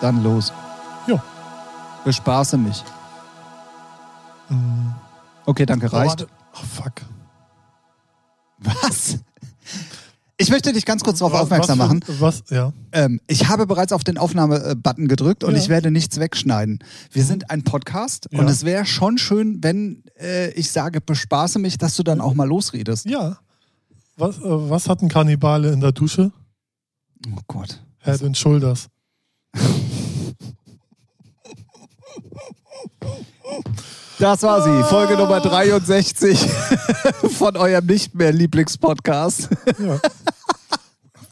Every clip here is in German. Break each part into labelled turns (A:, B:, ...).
A: Dann los.
B: Jo.
A: Bespaße mich. Okay, danke, Mhm. reicht.
B: Oh, warte. oh fuck.
A: Was? Ich möchte dich ganz kurz darauf
B: Was-
A: aufmerksam
B: was für-
A: machen.
B: Was? Ja.
A: Ähm, ich habe bereits auf den Aufnahme-Button gedrückt und
B: Ja.
A: ich werde nichts wegschneiden. Wir sind ein Podcast
B: Ja.
A: und es wäre schon schön, wenn äh, ich sage, bespaße mich, dass du dann auch mal losredest.
B: Ja. Was, äh, was hatten Kannibale in der Dusche?
A: Oh Gott.
B: Head and Shoulders.
A: Das war sie, Folge Nummer 63 von eurem nicht mehr Lieblingspodcast.
B: Ja.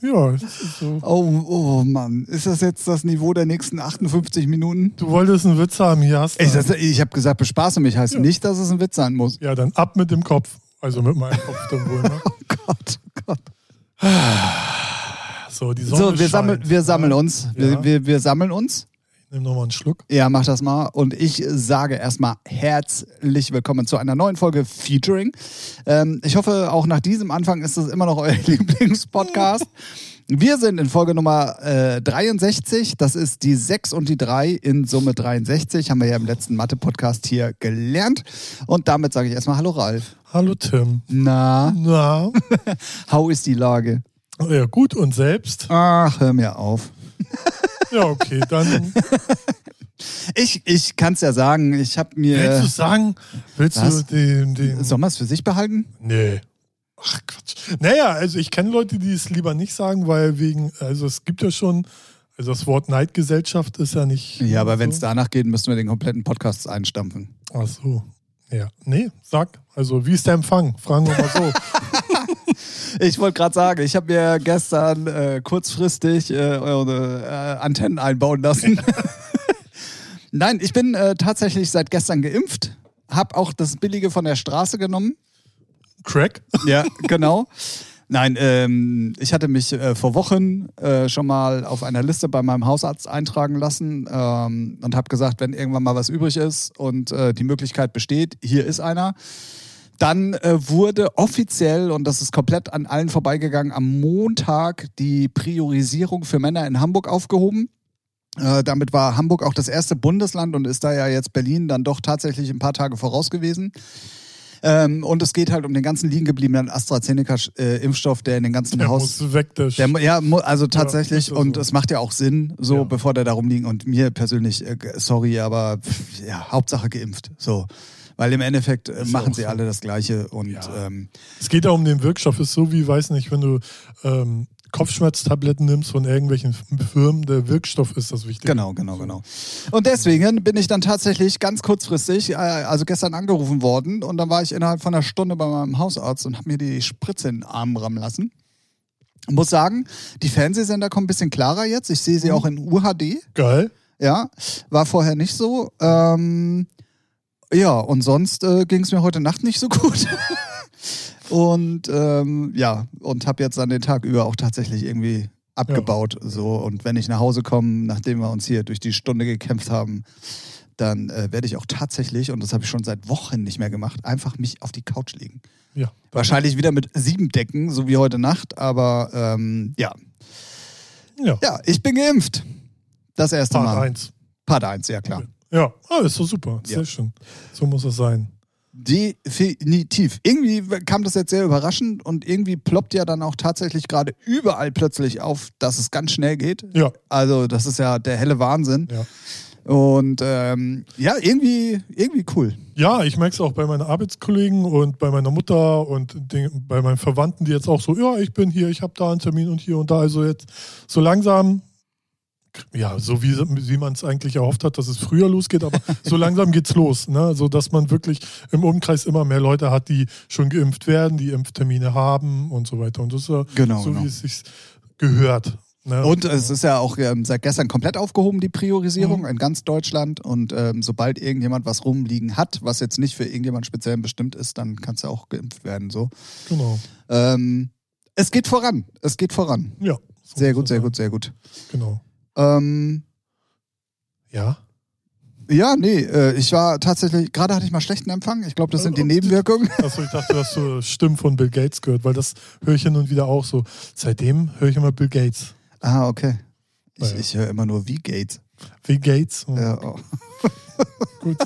B: ja. es ist So.
A: Oh, oh Mann, ist das jetzt das Niveau der nächsten 58 Minuten?
B: Du wolltest einen Witz haben, hier hast du.
A: Ich,
B: einen.
A: das- ich habe gesagt, bespaße mich heißt
B: Ja.
A: nicht, dass es ein Witz sein muss.
B: ja, dann ab mit dem Kopf. Also mit meinem Kopf dann wohl. Ne?
A: Oh Gott, oh Gott.
B: So, die Sonne
A: So, wir
B: scheint.
A: sammeln, wir sammeln uns. Wir,
B: Ja.
A: wir, wir sammeln uns.
B: Ich nehme nochmal einen Schluck.
A: Ja, mach das mal. Und ich sage erstmal herzlich willkommen zu einer neuen Folge Featuring. Ähm, ich hoffe, auch nach diesem Anfang ist es immer noch euer Lieblingspodcast. Wir sind in Folge Nummer äh, 63. Das ist die 6 und die 3 in Summe 63. Haben wir ja im letzten Mathe-Podcast hier gelernt. Und damit sage ich erstmal Hallo Ralf.
B: Hallo Tim.
A: Na,
B: Na,
A: how ist die Lage?
B: ja, gut und selbst.
A: Ach, hör mir auf.
B: Ja, okay, dann
A: Ich, ich kann es ja sagen, ich habe
B: willst
A: mir...
B: du sagen, willst
A: was?
B: du den, den
A: Soll man es für sich behalten?
B: Nee. Ach Quatsch. Naja, also ich kenne Leute, die es lieber nicht sagen, weil wegen, also es gibt ja schon, also das Wort Neidgesellschaft ist ja nicht.
A: Ja, aber
B: so.
A: wenn es danach geht, müssen wir den kompletten Podcast einstampfen.
B: Ach so. Ja. Nee, sag. Also, wie ist der Empfang? Fragen wir mal so.
A: Ich wollte gerade sagen, ich habe mir gestern äh, kurzfristig äh, eure äh, Antennen einbauen lassen. Nein, ich bin äh, tatsächlich seit gestern geimpft, habe auch das Billige von der Straße genommen.
B: Crack?
A: Ja, genau. Nein, ähm, ich hatte mich äh, vor Wochen äh, schon mal auf einer Liste bei meinem Hausarzt eintragen lassen ähm, und habe gesagt, wenn irgendwann mal was übrig ist und äh, die Möglichkeit besteht, hier ist einer. Dann äh, wurde offiziell, und das ist komplett an allen vorbeigegangen, am Montag die Priorisierung für Männer in Hamburg aufgehoben. Äh, damit war Hamburg auch das erste Bundesland und ist da ja jetzt Berlin dann doch tatsächlich ein paar Tage voraus gewesen. Ähm, und es geht halt um den ganzen liegen gebliebenen AstraZeneca-Impfstoff, der in den ganzen
B: Der
A: Haus.
B: muss weg, der,
A: Der, mu- ja, mu- also
B: Ja,
A: tatsächlich.
B: ist ja so.
A: und es macht ja auch Sinn, so
B: Ja.
A: bevor der da rumliegen. Und mir persönlich, äh, g- sorry, aber pff, ja, Hauptsache geimpft. So. Weil im Endeffekt äh,
B: Ist ja
A: machen
B: auch
A: sie
B: so.
A: alle das Gleiche. Und
B: Ja.
A: ähm,
B: Es geht ja um den Wirkstoff. Ist so wie, weiß nicht, wenn du ähm, Kopfschmerztabletten nimmst von irgendwelchen Firmen, der Wirkstoff ist das Wichtige.
A: genau, genau, genau. Und deswegen bin ich dann tatsächlich ganz kurzfristig, äh, also gestern angerufen worden. Und dann war ich innerhalb von einer Stunde bei meinem Hausarzt und habe mir die Spritze in den Arm rammen lassen. Muss sagen, die Fernsehsender kommen ein bisschen klarer jetzt. Ich
B: Mhm.
A: sehe sie auch in UHD.
B: Geil.
A: Ja, war vorher nicht so. Ähm, ja, und sonst äh, ging es mir heute Nacht nicht so gut. und ähm, ja, und habe jetzt an den Tag über auch tatsächlich irgendwie abgebaut. So, und wenn ich nach Hause komme, nachdem wir uns hier durch die Stunde gekämpft haben, dann äh, werde ich auch tatsächlich, und das habe ich schon seit Wochen nicht mehr gemacht, einfach mich auf die Couch legen.
B: Ja.
A: Wahrscheinlich wieder mit sieben Decken, so wie heute Nacht, aber ähm, ja.
B: Ja.
A: Ja, ich bin geimpft. Das erste
B: Part
A: Mal.
B: 1.
A: Part 1, ja klar.
B: Ja, ah, ist doch super.
A: Ja.
B: Sehr schön. So muss es sein.
A: Definitiv. Irgendwie kam das jetzt sehr überraschend und irgendwie ploppt ja dann auch tatsächlich gerade überall plötzlich auf, dass es ganz schnell geht.
B: Ja,
A: Also das ist ja der helle Wahnsinn.
B: ja.
A: Und ähm, ja, irgendwie, irgendwie cool.
B: Ja, ich merke es auch bei meinen Arbeitskollegen und bei meiner Mutter und den, bei meinen Verwandten, die jetzt auch so, ja, ich bin hier, ich habe da einen Termin und hier und da. Also jetzt so langsam, ja, so wie, wie man es eigentlich erhofft hat, dass es früher losgeht, aber so langsam geht's los, ne? So dass man wirklich im Umkreis immer mehr Leute hat, die schon geimpft werden, die Impftermine haben und so weiter. Und das ist ja
A: Genau,
B: so,
A: genau.
B: wie es sich gehört. Ne?
A: Und es ist ja auch ähm, seit gestern komplett aufgehoben, die Priorisierung
B: Mhm.
A: in ganz Deutschland. Und ähm, sobald irgendjemand was rumliegen hat, was jetzt nicht für irgendjemand speziell bestimmt ist, dann kannst du auch geimpft werden. So.
B: genau.
A: Ähm, es geht voran. Es geht voran.
B: Ja. So
A: Sehr
B: muss
A: gut,
B: es
A: sehr
B: sein.
A: gut, sehr gut.
B: Genau.
A: Ähm,
B: Ja.
A: Ja, nee, äh, ich war tatsächlich, gerade hatte ich mal schlechten Empfang. Ich glaube, das sind die
B: Oh,
A: Nebenwirkungen.
B: Achso, ich dachte, du hast so Stimmen von Bill Gates gehört, weil das höre ich hin und wieder auch so. Seitdem höre ich immer Bill Gates.
A: Ah, okay. Ich,
B: Naja.
A: ich höre immer nur wie Gates.
B: Wie Gates.
A: Ja, oh.
B: Gut.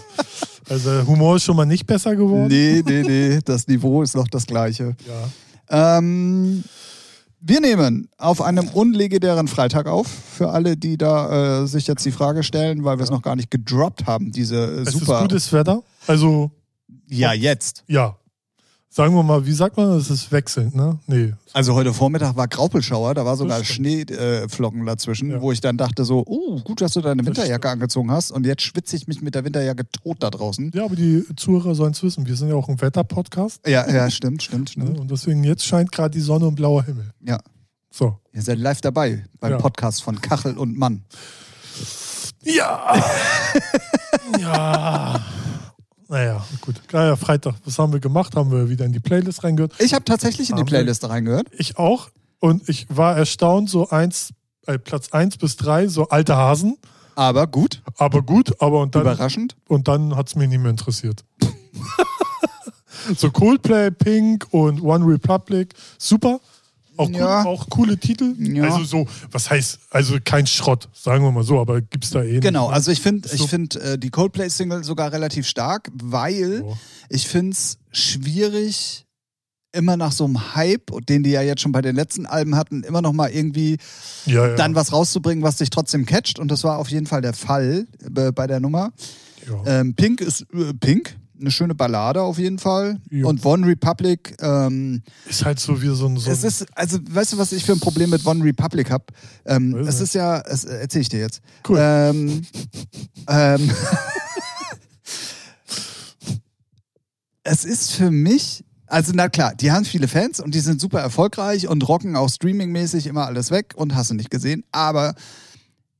B: Also der Humor ist schon mal nicht besser geworden.
A: Nee, nee, nee, das Niveau ist noch das gleiche.
B: Ja.
A: Ähm, wir nehmen auf einem unlegendären Freitag auf, für alle, die da äh, sich jetzt die Frage stellen, weil wir es noch gar nicht gedroppt haben, diese äh,
B: Es
A: super.
B: ist gutes Wetter. Also,
A: ja, jetzt.
B: ja. Sagen wir mal, wie sagt man, es ist wechselnd, ne? Nee.
A: Also heute Vormittag war Graupelschauer, da war sogar
B: Das
A: Schneeflocken äh, Flocken dazwischen,
B: Ja.
A: wo ich dann dachte so, oh, gut, dass du deine
B: Das
A: Winterjacke angezogen hast und jetzt schwitze ich mich mit der Winterjacke tot da draußen.
B: Ja, aber die Zuhörer sollen es wissen. Wir sind ja auch ein Wetter-Podcast.
A: Ja, ja, stimmt, stimmt,
B: Ne?
A: stimmt.
B: Und deswegen, jetzt scheint gerade die Sonne und blauer Himmel.
A: Ja.
B: So.
A: Ihr seid live dabei beim
B: Ja.
A: Podcast von Kachel und Mann.
B: Ja! ja! Naja, gut. Ja, ja, Freitag. Was haben wir gemacht? Haben wir wieder in die Playlist reingehört.
A: Ich habe tatsächlich in die
B: Haben wir-
A: Playlist reingehört.
B: Ich auch. Und ich war erstaunt, so eins, äh, Platz 1 bis 3, so alte Hasen.
A: Aber gut,
B: Aber gut, aber und dann,
A: überraschend.
B: und dann hat es mich nicht mehr interessiert. so Coldplay, Pink und One Republic, super. Auch, cool,
A: Ja.
B: auch coole Titel.
A: Ja.
B: Also so, was heißt, also kein Schrott, sagen wir mal so, aber gibt's da eh nicht,
A: Genau,
B: ne?
A: also ich finde
B: So.
A: ich find, äh, die Coldplay-Single sogar relativ stark, weil
B: So.
A: ich finde es schwierig, immer nach so einem Hype, den die ja jetzt schon bei den letzten Alben hatten, immer noch mal irgendwie
B: ja, ja.
A: dann was rauszubringen, was dich trotzdem catcht. Und das war auf jeden Fall der Fall äh, bei der Nummer.
B: ja.
A: Ähm, Pink ist äh, Pink, eine schöne Ballade auf jeden Fall.
B: Jo.
A: Und One Republic, ähm,
B: Ist halt so wie so ein. So
A: es
B: ein-
A: ist, also weißt du, was ich für ein Problem mit One Republic habe? Ähm,
B: Weiß
A: es
B: nicht.
A: ist ja, es erzähle ich dir jetzt.
B: Cool.
A: Ähm, ähm, es ist für mich, also na klar, die haben viele Fans und die sind super erfolgreich und rocken auch streamingmäßig immer alles weg und hast du nicht gesehen, aber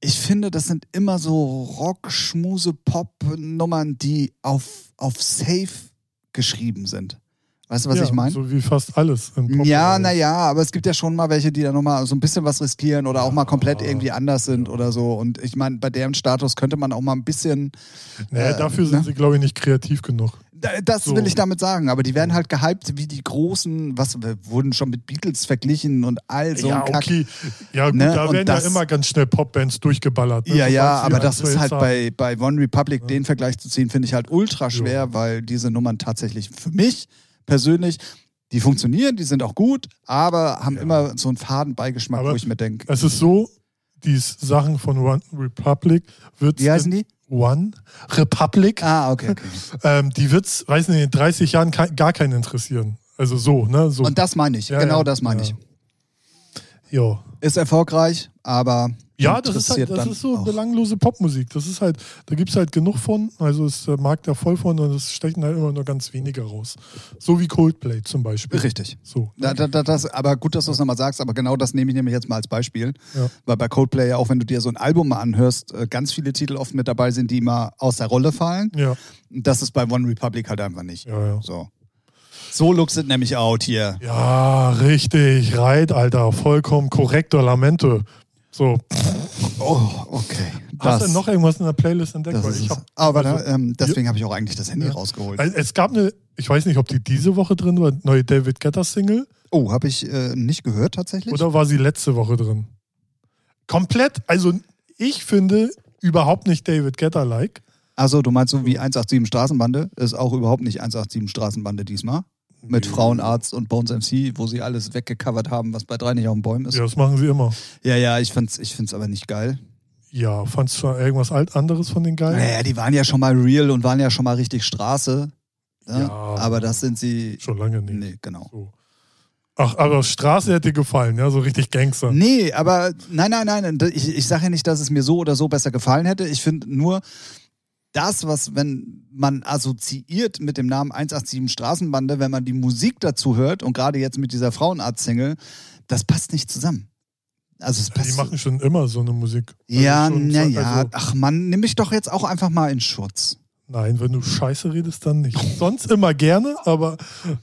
A: ich finde, das sind immer so Rock, Schmuse, Pop-Nummern, die auf, auf Safe geschrieben sind. Weißt du, was
B: ja,
A: ich meine?
B: So wie fast alles. Im Pop
A: Ja, naja, aber es gibt ja schon mal welche, die da nochmal so ein bisschen was riskieren oder auch mal komplett
B: Ja.
A: irgendwie anders sind oder so. Und ich meine, bei deren Status könnte man auch mal ein bisschen.
B: Naja,
A: äh,
B: dafür sind
A: ne?
B: sie, glaube ich, nicht kreativ genug.
A: Da- Das
B: So.
A: will ich damit sagen, aber die werden halt gehypt wie die großen, was wir wurden schon mit Beatles verglichen und all so
B: ja,
A: ein Kack.
B: okay. Ja, gut,
A: Ne,
B: da
A: und
B: werden ja
A: das-
B: immer ganz schnell Popbands durchgeballert. ne?
A: Ja, ja,
B: Sobald sie
A: aber das
B: aktuell
A: ist halt
B: sagen.
A: bei, bei One Republic, den Vergleich zu ziehen, finde ich halt ultra schwer, weil diese Nummern tatsächlich für mich persönlich, die funktionieren, die sind auch gut, aber haben immer so einen faden Beigeschmack,
B: Aber äh,
A: wo ich mir denke.
B: Es ist so, die Sachen von One Republic wird.
A: Wie heißen die?
B: One Republic.
A: Ah, okay. okay.
B: Ähm, die wird's, weiß nicht, in 30 Jahren kei- gar keinen interessieren. Also so, ne? So.
A: Und das meine ich,
B: Ja,
A: genau
B: ja,
A: das meine
B: ja.
A: ich.
B: ja.
A: Ist erfolgreich, aber
B: Ja, das ist
A: interessiert
B: halt, das
A: dann
B: ist so
A: auch.
B: belanglose Popmusik. Das ist halt, da gibt es halt genug von, also ist der Markt ja voll von und es stechen halt immer nur ganz wenige raus. So wie Coldplay zum Beispiel.
A: Richtig.
B: So.
A: Da, da, da, das, aber gut, dass du es nochmal sagst, aber genau das nehme ich nämlich jetzt mal als Beispiel.
B: Ja.
A: Weil bei Coldplay ja auch, wenn du dir so ein Album mal anhörst, äh, ganz viele Titel oft mit dabei sind, die immer aus der Rolle fallen.
B: Ja,
A: Und Das ist bei One Republic halt einfach nicht.
B: ja, ja.
A: So. So looks it nämlich out hier.
B: Ja, richtig, reit, Alter. Vollkommen korrekte Lamente. So.
A: Oh, okay.
B: Hast du noch irgendwas in der Playlist entdeckt?
A: das
B: Weil
A: ist,
B: ich hab,
A: aber
B: also,
A: da, ähm, deswegen habe ich auch eigentlich das Handy
B: Ja.
A: rausgeholt.
B: also, es gab eine, ich weiß nicht, ob die diese Woche drin war, neue David Guetta Single.
A: Oh, habe ich äh, nicht gehört tatsächlich?
B: Oder war sie letzte Woche drin? Komplett, also ich finde überhaupt nicht David Guetta-like.
A: Also du meinst so wie 187 Straßenbande ist auch überhaupt nicht 187 Straßenbande diesmal mit
B: Nee.
A: Frauenarzt und Bones MC, wo sie alles weggecovert haben, was bei drei nicht auf den Bäumen ist.
B: Ja,
A: Ja,
B: das machen sie immer.
A: ja, ich find's, ich find's aber nicht geil.
B: Ja, fandst du irgendwas alt anderes von den Geilen?
A: Naja, die waren ja schon mal real und waren ja schon mal richtig Straße. Ne?
B: Ja.
A: aber das sind sie.
B: Schon lange nicht.
A: Nee, genau.
B: So. Ach, aber Straße hätte dir gefallen, ja, so richtig Gangster.
A: Nee, aber nein, nein, nein. Ich, ich sage ja nicht, dass es mir so oder so besser gefallen hätte. Ich finde nur das, was, wenn man assoziiert mit dem Namen 187 Straßenbande, wenn man die Musik dazu hört und gerade jetzt mit dieser Frauenarzt-Single, das passt nicht zusammen. Also es
B: Die
A: passt.
B: machen schon immer so eine Musik. Also
A: ja,
B: schon-
A: naja.
B: also,
A: ach man, nimm mich doch jetzt auch einfach mal in Schutz.
B: nein, wenn du Scheiße redest, dann nicht. Sonst immer gerne, aber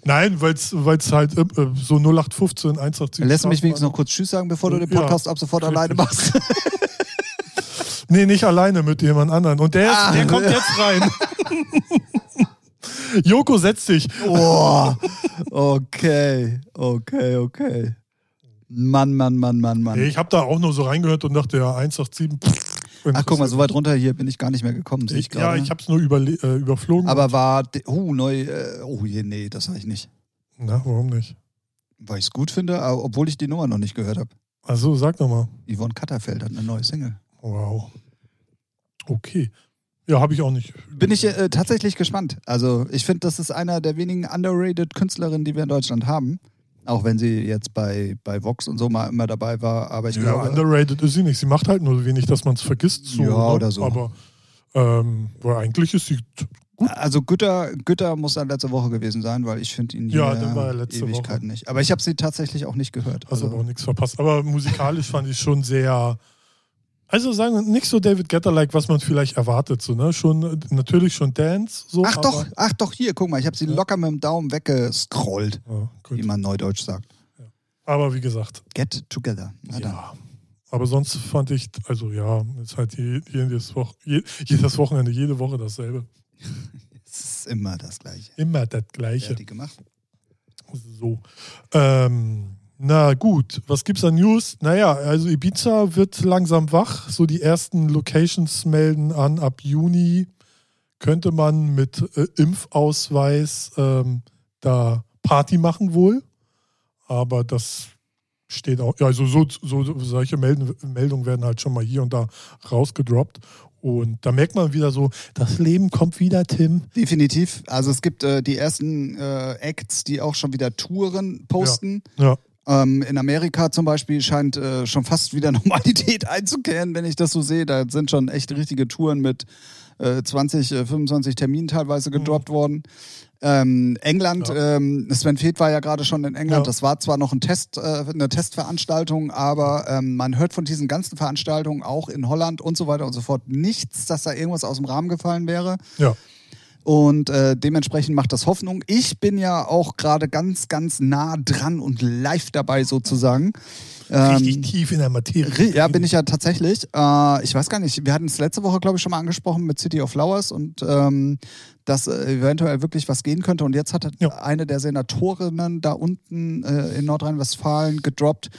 B: nein, weil es halt äh, so 0815, 187.
A: Lässt du mich wenigstens noch kurz Tschüss sagen, bevor du den
B: Ja.
A: Podcast ab sofort
B: Richtig.
A: alleine machst.
B: Nee, nicht alleine mit jemand anderen. Und der, ist,
A: Ah.
B: der kommt jetzt rein. Joko, setz dich.
A: Oh Boah. Okay, okay, okay. Mann, Mann, Mann, Mann, Mann.
B: Nee, Ich habe da auch nur so reingehört und dachte, ja, 187, pff,
A: Ach, guck mal, so weit runter hier bin ich gar nicht mehr gekommen, sehe ich
B: ich, ja,
A: gerade.
B: ich habe es nur überle- äh, überflogen.
A: Aber war, de- oh, neu, äh, oh, je, nee, das war ich nicht.
B: Na, warum nicht?
A: Weil ich es gut finde, aber obwohl ich die Nummer noch nicht gehört habe.
B: Also sag doch mal.
A: Yvonne Katterfeld hat eine neue Single.
B: Wow. Okay. Ja, habe ich auch nicht.
A: Bin ich äh, tatsächlich gespannt. Also ich finde, das ist einer der wenigen underrated Künstlerinnen, die wir in Deutschland haben. Auch wenn sie jetzt bei, bei Vox und so mal immer dabei war. Aber ich
B: ja,
A: glaube,
B: underrated ist sie nicht. Sie macht halt nur wenig, dass man es vergisst. So,
A: Ja,
B: ne?
A: oder so.
B: Aber ähm, weil eigentlich ist sie. t-
A: also Güter, Güter muss dann letzte Woche gewesen sein, weil ich finde ihn
B: Ja,
A: hier
B: der war ja letzte
A: Ewigkeiten nicht. Aber ich habe sie tatsächlich auch nicht gehört.
B: Also,
A: Also,
B: also auch nichts verpasst. Aber musikalisch fand ich schon sehr. Also sagen wir nicht so David Getter-like, was man vielleicht erwartet. So, ne? schon, natürlich schon Dance. So,
A: ach
B: aber-
A: doch, ach doch, hier, guck mal, ich habe sie
B: Ja.
A: locker mit dem Daumen weggescrollt,
B: Ja,
A: wie
B: gut.
A: man neudeutsch sagt.
B: Aber wie gesagt,
A: Get together. Na dann.
B: ja. Aber sonst fand ich, also ja, ist halt je- jedes, Woch je- jedes Wochenende, jede Woche dasselbe.
A: Es ist immer das Gleiche.
B: Immer das
A: Wer
B: Gleiche.
A: hat die gemacht?
B: So. Ähm, na gut, was gibt's an News? Naja, also Ibiza wird langsam wach. So die ersten Locations melden an. Ab Juni könnte man mit äh, Impfausweis ähm, da Party machen wohl. Aber das steht auch, ja, also so, so solche Melden, Meldungen werden halt schon mal hier und da rausgedroppt. Und da merkt man wieder so, das Leben kommt wieder, Tim.
A: Definitiv. Also es gibt äh, die ersten äh, Acts, die auch schon wieder Touren posten.
B: Ja.
A: Ähm, in Amerika zum Beispiel scheint äh, schon fast wieder Normalität einzukehren, wenn ich das so sehe. Da sind schon echt richtige Touren mit äh, 20, äh, 25 Terminen teilweise gedroppt worden. Ähm, England, ähm, Sven Feth war ja gerade schon in England.
B: Ja.
A: Das war zwar noch ein Test, äh, eine Testveranstaltung, aber ähm, man hört von diesen ganzen Veranstaltungen auch in Holland und so weiter und so fort nichts, dass da irgendwas aus dem Rahmen gefallen wäre.
B: Ja.
A: Und äh, dementsprechend macht das Hoffnung. Ich bin ja auch gerade ganz, ganz nah dran und live dabei sozusagen.
B: Richtig tief in der Materie.
A: Ähm, Ri- Ja, bin ich ja tatsächlich. Äh, ich weiß gar nicht, wir hatten es letzte Woche, glaube ich, schon mal angesprochen mit City of Flowers und ähm, dass äh, eventuell wirklich was gehen könnte. Und jetzt hat
B: Ja.
A: eine der Senatorinnen da unten äh, in Nordrhein-Westfalen gedroppt,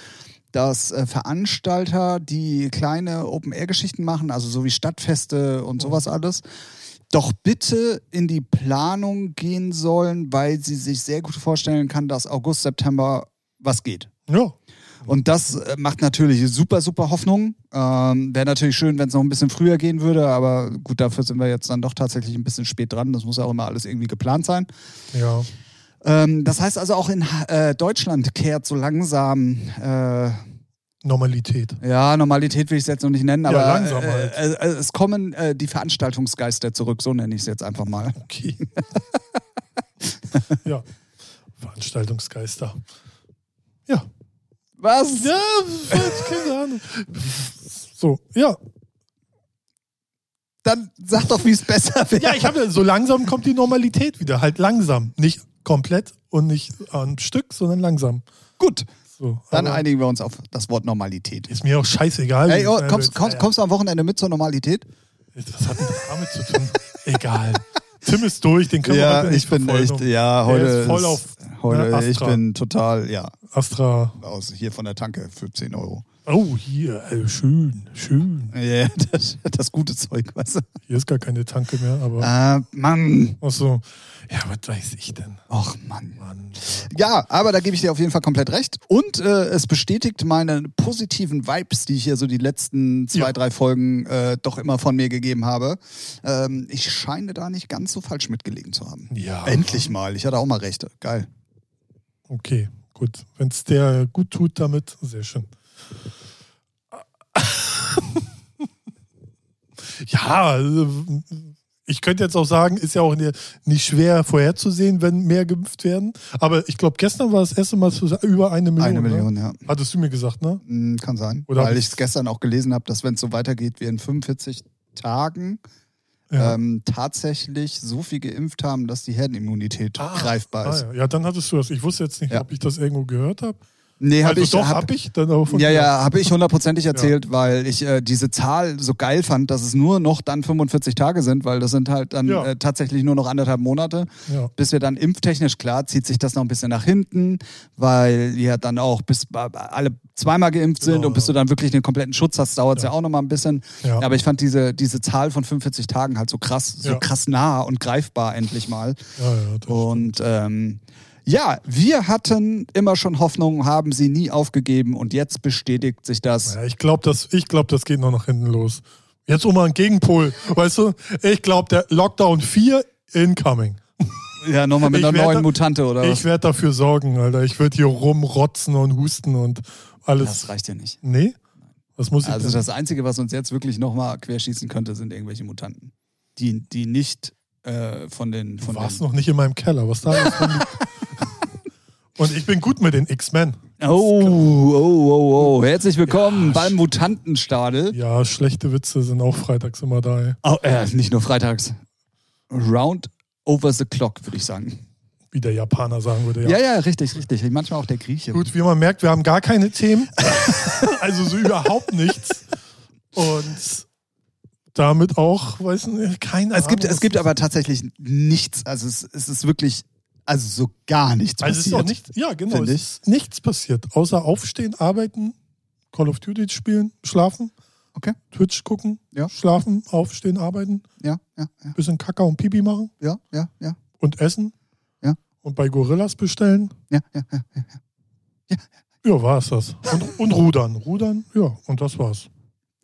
A: dass äh, Veranstalter, die kleine Open-Air-Geschichten machen, also so wie Stadtfeste und sowas alles, doch bitte in die Planung gehen sollen, weil sie sich sehr gut vorstellen kann, dass August, September was geht.
B: Ja.
A: Und das äh, macht natürlich super, super Hoffnung. Ähm, Wäre natürlich schön, wenn es noch ein bisschen früher gehen würde, aber gut, dafür sind wir jetzt dann doch tatsächlich ein bisschen spät dran. Das muss ja auch immer alles irgendwie geplant sein.
B: Ja.
A: Ähm, das heißt also auch in äh, Deutschland kehrt so langsam, äh,
B: Normalität.
A: ja, Normalität will ich es jetzt noch nicht nennen,
B: Ja,
A: aber
B: langsam
A: äh,
B: halt.
A: äh, äh, es kommen äh, die Veranstaltungsgeister zurück, so nenne ich es jetzt einfach mal.
B: Okay. ja. Veranstaltungsgeister. Ja.
A: Was?
B: Ja, keine Ahnung. So, ja.
A: Dann sag doch, wie es besser wäre.
B: Ja, ich habe so langsam kommt die Normalität wieder. Halt langsam. Nicht komplett und nicht am Stück, sondern langsam.
A: Gut,
B: So,
A: dann
B: aber
A: einigen wir uns auf das Wort Normalität.
B: Ist mir auch scheißegal.
A: Ey,
B: wie
A: oh,
B: es sein
A: kommst,
B: wird.
A: kommst, kommst du am Wochenende mit zur Normalität?
B: Was hat denn das damit zu tun? Egal. Tim ist durch, den können wir
A: ja,
B: heute nicht
A: ich bin
B: verfolgen.
A: echt, ja,
B: Der
A: heute
B: ist voll
A: ist-
B: auf,
A: heute,
B: ne, Astra.
A: ich bin total, ja,
B: Astra.
A: aus hier von der Tanke für 10 Euro.
B: Oh, hier, ey, schön, schön.
A: Ja, das, das gute Zeug, weißt du?
B: Hier ist gar keine Tanke mehr, aber.
A: Ah, Mann,
B: Ach so. Ja, was weiß ich denn?
A: ach Mann.
B: Mann.
A: Ja, aber da gebe ich dir auf jeden Fall komplett recht. Und äh, es bestätigt meine positiven Vibes, die ich hier so die letzten zwei,
B: Ja.
A: drei Folgen äh, doch immer von mir gegeben habe. Ähm, ich scheine da nicht ganz so falsch mitgelegen zu haben.
B: Ja.
A: Endlich mal, ich hatte auch mal Rechte. Geil.
B: Okay, gut. Wenn es der gut tut damit, sehr schön. ja, also, ich könnte jetzt auch sagen, ist ja auch ne- nicht schwer vorherzusehen, wenn mehr geimpft werden. Aber ich glaube, gestern war das erste Mal so über eine Million.
A: Eine Million,
B: Ne?
A: ja.
B: Hattest du mir gesagt, ne?
A: Mm, Kann sein.
B: Oder hab
A: Weil ich
B: ich's-
A: es gestern auch gelesen habe, dass wenn es so weitergeht wie in 45 Tagen,
B: Ja.
A: ähm, tatsächlich so viel geimpft haben, dass die Herdenimmunität
B: Ah,
A: greifbar
B: Ah,
A: ist.
B: ja. ja, dann hattest du das. Ich wusste jetzt nicht,
A: Ja.
B: ob ich das irgendwo gehört habe.
A: Nee, habe
B: also
A: ich,
B: doch,
A: hab-
B: hab ich dann aber von
A: ja,
B: dir.
A: ja, habe ich hundertprozentig erzählt, weil ich äh, diese Zahl so geil fand, dass es nur noch dann 45 Tage sind, weil das sind halt dann
B: Ja.
A: äh, tatsächlich nur noch anderthalb Monate.
B: Ja.
A: Bis wir dann impftechnisch klar, zieht sich das noch ein bisschen nach hinten, weil ja dann auch bis äh, alle zweimal geimpft sind
B: Genau,
A: und bis
B: ja.
A: du dann wirklich den kompletten Schutz hast, dauert es ja. auch noch mal ein bisschen.
B: Ja.
A: Aber ich fand diese, diese Zahl von 45 Tagen halt so krass, so
B: Ja.
A: krass nah und greifbar endlich mal.
B: Ja, ja, das-
A: Und ähm, ja, wir hatten immer schon Hoffnung, haben sie nie aufgegeben und jetzt bestätigt sich das.
B: ja, ich glaube, das, ich glaub, das geht noch nach hinten los. Jetzt um mal einen Gegenpol. Weißt du, ich glaube, der Lockdown 4 incoming.
A: Ja, nochmal mit
B: Ich
A: einer
B: werd-
A: neuen Mutante oder
B: Ich
A: was?
B: werde dafür sorgen, Alter. Ich werde hier rumrotzen und husten und alles.
A: Das reicht ja nicht.
B: nee? Was muss ich
A: Also
B: denn?
A: das Einzige, was uns jetzt wirklich nochmal querschießen könnte, sind irgendwelche Mutanten. Die, die nicht äh, von den... Von
B: Du warst
A: den
B: noch nicht in meinem Keller, was da alles rumliegt. Und ich bin gut mit den X-Men.
A: oh, oh, oh, oh. Herzlich willkommen beim Mutantenstadel.
B: Ja, schlechte Witze sind auch freitags immer da. Ey.
A: Oh, äh, nicht nur freitags. Round over the clock, würde ich sagen.
B: Wie der Japaner sagen würde.
A: Ja. ja, richtig, richtig. Manchmal auch der Grieche.
B: Gut, wie man merkt, wir haben gar keine Themen. also so überhaupt nichts. Und damit auch, weiß nicht, keine
A: Es gibt,
B: Ahnung,
A: es
B: was-
A: gibt aber tatsächlich nichts. Also es, es ist wirklich, also so gar nichts
B: Also es ist
A: passiert.
B: auch nicht, ja genau,
A: Find
B: es
A: ich.
B: ist nichts passiert, außer aufstehen, arbeiten, Call of Duty spielen, schlafen,
A: Okay.
B: Twitch gucken,
A: Ja.
B: schlafen, aufstehen, arbeiten,
A: Ja, ja, ja,
B: bisschen Kaka und Pipi machen
A: ja, ja, ja,
B: und essen
A: Ja.
B: und bei Gorillas bestellen.
A: ja, ja, ja.
B: Ja, war es das. Und, und rudern, rudern, ja, und das war's.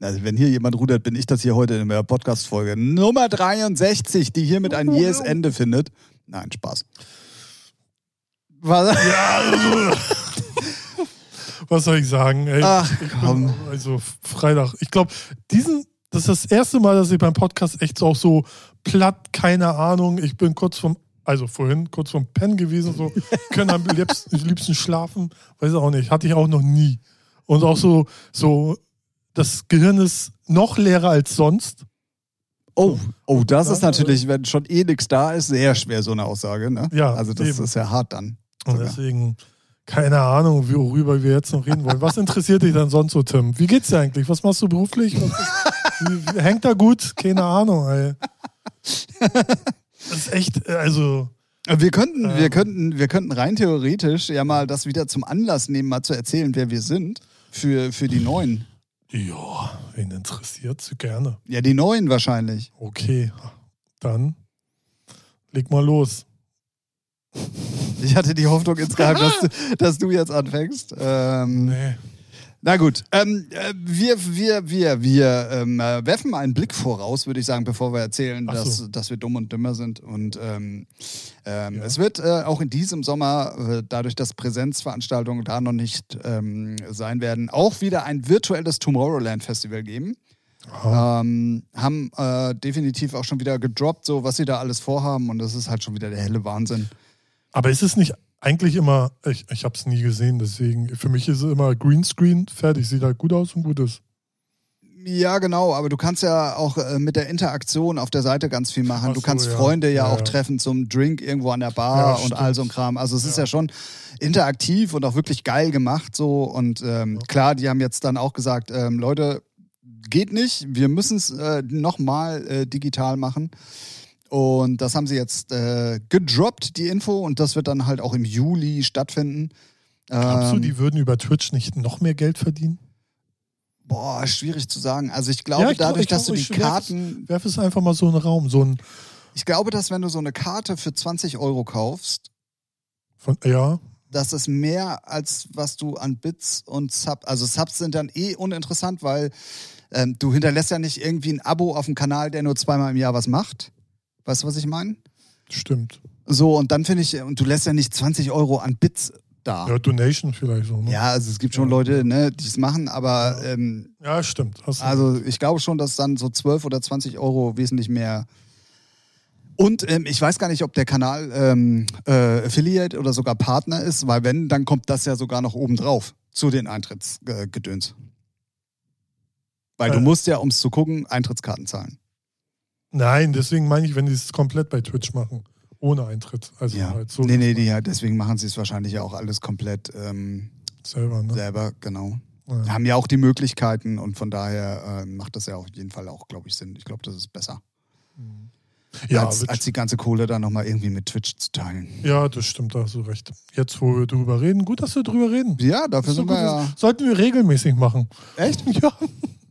A: Also wenn hier jemand rudert, bin ich das hier heute in der Podcast-Folge Nummer 63, die hiermit ein jähes Ende findet. Nein, Spaß. Was?
B: Was soll ich sagen? Ey,
A: Ach,
B: ich
A: komm.
B: Bin, also Freitag. Ich glaube, diesen, das ist das erste Mal, dass ich beim Podcast echt auch so platt, keine Ahnung. Ich bin kurz vom, also vorhin kurz vom Pen gewesen, so können am liebsten, liebsten schlafen. Weiß auch nicht. Hatte ich auch noch nie. Und auch so, so, das Gehirn ist noch leerer als sonst.
A: Oh, oh, das ist natürlich, wenn schon eh nichts da ist, sehr schwer so eine Aussage. Ne?
B: Ja,
A: Also das
B: eben.
A: ist ja hart dann.
B: Und
A: Sogar.
B: deswegen, keine Ahnung, worüber wir jetzt noch reden wollen. Was interessiert dich denn sonst so, Tim? Wie geht's dir eigentlich? Was machst du beruflich? Was ist, wie- wie- hängt da gut? Keine Ahnung, ey. Das ist echt, äh, also,
A: Äh, Wir könnten, wir
B: Ähm.
A: könnten, wir könnten rein theoretisch ja mal das wieder zum Anlass nehmen, mal zu erzählen, wer wir sind. Für, für die Neuen.
B: ja, wen interessiert's? Gerne.
A: Ja, die Neuen wahrscheinlich.
B: Okay, dann leg mal los.
A: Ich hatte die Hoffnung insgeheim, dass, du- dass du jetzt anfängst. Ähm,
B: Nee.
A: Na gut, ähm, äh, wir, wir, wir, wir ähm, äh, werfen mal einen Blick voraus, würde ich sagen, bevor wir erzählen,
B: Ach
A: dass,
B: so.
A: dass wir dumm und dümmer sind. Und ähm, ähm,
B: Ja.
A: es wird äh, auch in diesem Sommer, äh, dadurch, dass Präsenzveranstaltungen da noch nicht ähm, sein werden, auch wieder ein virtuelles Tomorrowland-Festival geben. Ähm, haben äh, definitiv auch schon wieder gedroppt, so was sie da alles vorhaben. Und das ist halt schon wieder der helle Wahnsinn.
B: Aber ist es nicht eigentlich immer, ich, ich hab's nie gesehen, deswegen, für mich ist es immer Greenscreen, fertig, sieht halt gut aus und gut ist.
A: Ja, genau, aber du kannst ja auch äh, mit der Interaktion auf der Seite ganz viel machen.
B: Ach
A: du
B: so,
A: kannst
B: ja.
A: Freunde ja,
B: Ja,
A: auch
B: ja.
A: treffen zum Drink irgendwo an der
B: Ja,
A: Bar und all
B: stimmt.
A: so ein Kram. Also es ist
B: Ja.
A: ja schon interaktiv und auch wirklich geil gemacht so. Und ähm, klar, die haben jetzt dann auch gesagt, ähm, Leute, geht nicht, wir müssen es äh, nochmal äh, digital machen. Und das haben sie jetzt äh, gedroppt, die Info, und das wird dann halt auch im Juli stattfinden.
B: Glaubst du,
A: Ähm,
B: die würden über Twitch nicht noch mehr Geld verdienen?
A: boah, schwierig zu sagen. Also ich glaube,
B: Ja, ich glaub-
A: dadurch,
B: ich glaub,
A: dass du
B: ich
A: die
B: werf es-
A: Karten
B: Werf es einfach mal so in den Raum. So ein
A: Ich glaube, dass wenn du so eine Karte für 20 Euro kaufst,
B: von, ja,
A: das ist mehr als was du an Bits und Sub. Also Subs sind dann eh uninteressant, weil ähm, du hinterlässt ja nicht irgendwie ein Abo auf dem Kanal, der nur zweimal im Jahr was macht. Weißt du, was ich meine?
B: stimmt.
A: So, und dann finde ich, und du lässt ja nicht 20 Euro an Bits da.
B: Ja, Donation vielleicht so. Ne?
A: Ja, also es gibt schon Leute, ne, die es machen, aber ähm,
B: ja stimmt. Hast du-
A: Also ich glaube schon, dass dann so 12 oder 20 Euro wesentlich mehr. Und ähm, ich weiß gar nicht, ob der Kanal ähm, äh, Affiliate oder sogar Partner ist, weil wenn, dann kommt das ja sogar noch obendrauf zu den Eintrittsgedöns. Weil du
B: Äh.
A: musst ja, um es zu gucken, Eintrittskarten zahlen.
B: Nein, deswegen meine ich, wenn die es komplett bei Twitch machen. Ohne Eintritt. Also
A: Ja.
B: halt so.
A: nee, nee, die, ja, deswegen machen sie es wahrscheinlich ja auch alles komplett ähm,
B: Selber, ne?
A: selber, genau.
B: Ja.
A: Haben ja auch die Möglichkeiten und von daher äh, macht das ja auf jeden Fall auch, glaube ich, Sinn. Ich glaube, das ist besser,
B: Ja,
A: als,
B: wird-
A: als die ganze Kohle dann nochmal irgendwie mit Twitch zu teilen.
B: ja, das stimmt, da hast du recht. Jetzt, wo wir drüber reden, gut, dass wir drüber reden.
A: Ja, dafür
B: So
A: sind
B: gut,
A: wir ja.
B: das Sollten wir regelmäßig machen.
A: Echt?
B: Ja.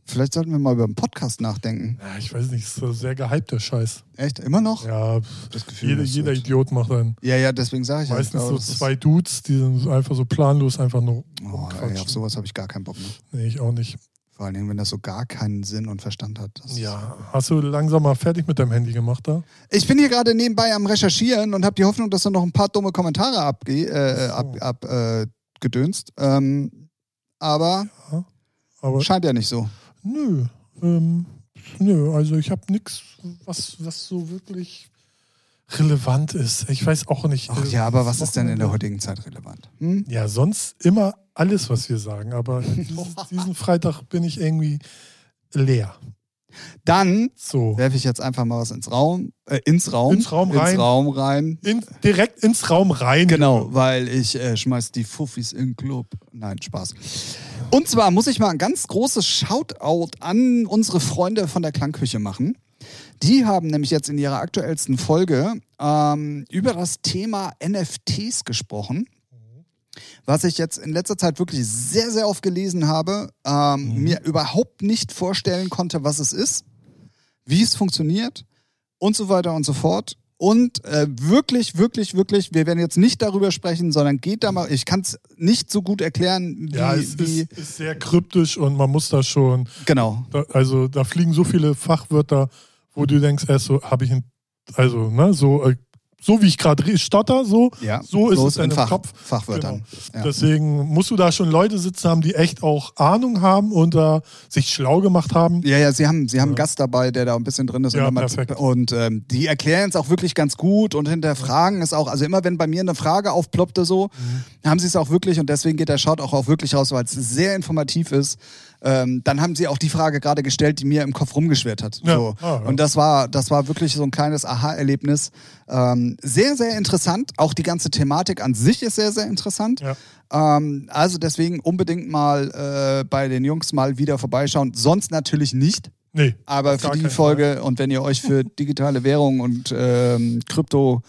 A: Vielleicht sollten wir mal über den Podcast nachdenken.
B: ja ich weiß nicht, ist so sehr gehypt, der Scheiß.
A: Echt? Immer noch?
B: Ja, pff,
A: Das Gefühl,
B: jeder,
A: das
B: jeder
A: wird-
B: Idiot macht einen.
A: Ja, ja, deswegen sage ich ja, ich
B: Meistens
A: glaube,
B: so
A: das ist-
B: zwei Dudes, die sind einfach so planlos einfach nur
A: Oh, ey, auf
B: rumquatschen.
A: sowas habe ich gar keinen Bock mehr.
B: nee, ich auch nicht.
A: Vor allen Dingen, wenn das so gar keinen Sinn und Verstand hat. Das
B: Ja, hast du langsam mal fertig mit deinem Handy gemacht da?
A: Ich bin hier gerade nebenbei am Recherchieren und habe die Hoffnung, dass da noch ein paar dumme Kommentare abge äh, ab, ab, äh, gedönst. Ähm, aber
B: Aber
A: scheint ja nicht so.
B: Nö. Ähm, nö, also ich habe nichts, was, was so wirklich relevant ist. Ich weiß auch nicht.
A: Ach
B: äh,
A: ja, aber was ist denn in der
B: Wochenende-
A: heutigen Zeit relevant? Hm?
B: Ja, sonst immer alles, was wir sagen. Aber dieses, diesen Freitag bin ich irgendwie leer.
A: Dann
B: So.
A: werfe ich jetzt einfach mal was ins Raum, äh, ins Raum,
B: Ins Raum rein.
A: Raum rein.
B: In, direkt ins Raum rein.
A: Genau, weil ich äh, schmeiß die Fuffis in den Club. Nein, Spaß. Und zwar muss ich mal ein ganz großes Shoutout an unsere Freunde von der Klangküche machen. Die haben nämlich jetzt in ihrer aktuellsten Folge ähm, über das Thema NFTs gesprochen. Was ich jetzt in letzter Zeit wirklich sehr, sehr oft gelesen habe, ähm,
B: Mhm.
A: mir überhaupt nicht vorstellen konnte, was es ist, wie es funktioniert und so weiter und so fort. Und äh, wirklich, wirklich, wirklich, wir werden jetzt nicht darüber sprechen, sondern geht da mal, ich kann es nicht so gut erklären, wie,
B: Ja, es
A: wie
B: ist, ist sehr kryptisch und man muss da schon,
A: genau.
B: da, also da fliegen so viele Fachwörter, wo du denkst, erst so habe ich ein, also, ne, so, äh, so wie ich gerade stotter, so,
A: Ja,
B: so ist
A: bloß
B: es in
A: in
B: deinem
A: Fach,
B: Kopf. Genau.
A: Fachwörtern. Ja.
B: Deswegen musst du da schon Leute sitzen haben, die echt auch Ahnung haben und da sich schlau gemacht haben.
A: Ja, ja, sie haben, sie haben einen Gast dabei, der da ein bisschen drin ist.
B: Hm? Ja,
A: und immer-
B: perfekt.
A: und ähm, die erklären es auch wirklich ganz gut und hinterfragen es auch. Also immer, wenn bei mir eine Frage aufploppte so,
B: Mhm.
A: haben sie es auch wirklich und deswegen geht der Shot auch, auch wirklich raus, weil es sehr informativ ist. Ähm, dann haben sie auch die Frage gerade gestellt, die mir im Kopf rumgeschwirrt hat.
B: Ja.
A: So.
B: Ah, ja.
A: Und das war, das war wirklich so ein kleines Aha-Erlebnis. Ähm, sehr, sehr interessant. Auch die ganze Thematik an sich ist sehr, sehr interessant.
B: Ja.
A: Ähm, also deswegen unbedingt mal äh, bei den Jungs mal wieder vorbeischauen. Sonst natürlich nicht.
B: Nee,
A: Aber
B: auf
A: für
B: gar
A: die
B: keinen
A: Folge und wenn ihr euch für digitale Währung und ähm, Krypto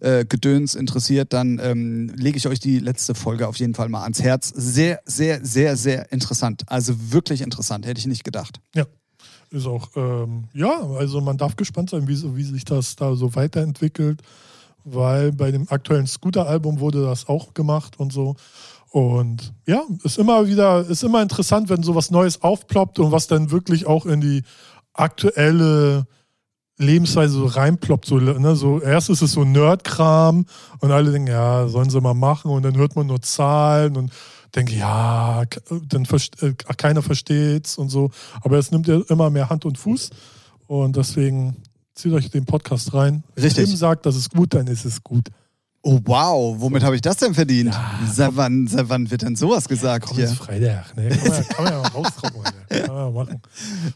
A: äh, Gedöns interessiert, dann ähm, lege ich euch die letzte Folge auf jeden Fall mal ans Herz. Sehr, sehr, sehr, sehr interessant. Also wirklich interessant, hätte ich nicht gedacht.
B: Fall. Ja. Ist auch, ähm, ja, also man darf gespannt sein, wie, so- wie sich das da so weiterentwickelt, weil bei dem aktuellen Scooter-Album wurde das auch gemacht und so. Und ja, ist immer wieder, ist immer interessant, wenn sowas Neues aufploppt und was dann wirklich auch in die aktuelle Lebensweise so reinploppt. So, ne? so, erst ist es so Nerd-Kram und alle denken, ja, sollen sie mal machen und dann hört man nur Zahlen und denkt, ja, k- dann verst äh, keiner versteht's und so. Aber es nimmt ja immer mehr Hand und Fuß und deswegen zieht euch den Podcast rein.
A: Richtig.
B: Wenn Tim sagt, das ist gut, dann ist es gut.
A: Oh wow, womit habe ich das denn verdient? Seit, wann, seit wann wird denn sowas gesagt
B: Komm, ist
A: hier?
B: Freitag. Ne? Kann, man, kann man ja mal rauskommen. Ne? Kann man ja machen.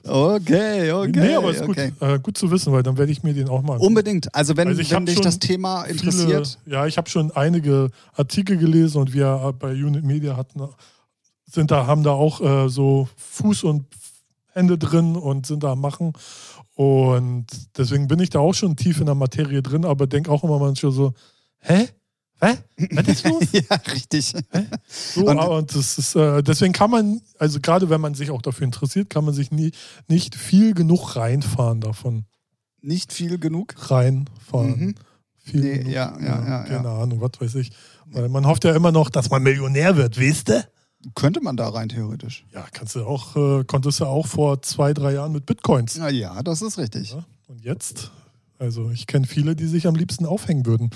A: Okay, okay.
B: nee, aber ist gut,
A: okay.
B: äh, gut zu wissen, weil dann werde ich mir den auch mal
A: Unbedingt. Also wenn,
B: Also ich
A: wenn
B: hab
A: dich
B: schon
A: das Thema
B: viele-
A: interessiert.
B: ja, ich habe schon einige Artikel gelesen und wir äh, bei Unit Media hatten, sind da, haben da auch äh, so Fuß und Hände drin und sind da am Machen. Und deswegen bin ich da auch schon tief in der Materie drin, aber denke auch immer manchmal so, hä? Hä? Was ist los?
A: ja, richtig.
B: So,
A: Und-
B: und, und das ist, äh, deswegen kann man, also gerade wenn man sich auch dafür interessiert, kann man sich nie, nicht viel genug reinfahren davon.
A: Nicht viel genug.
B: Reinfahren.
A: Mhm.
B: Viel
A: Nee, ja, ja, ja,
B: Keine
A: ja.
B: Ahnung, was weiß ich. Weil man hofft ja immer noch, dass man Millionär wird, weißt du?
A: Könnte man da rein theoretisch.
B: Ja, kannst du auch, äh, konntest du auch vor zwei, drei Jahren mit Bitcoins.
A: Na ja, das ist richtig.
B: Ja? Und jetzt? Also ich kenne viele, die sich am liebsten aufhängen würden.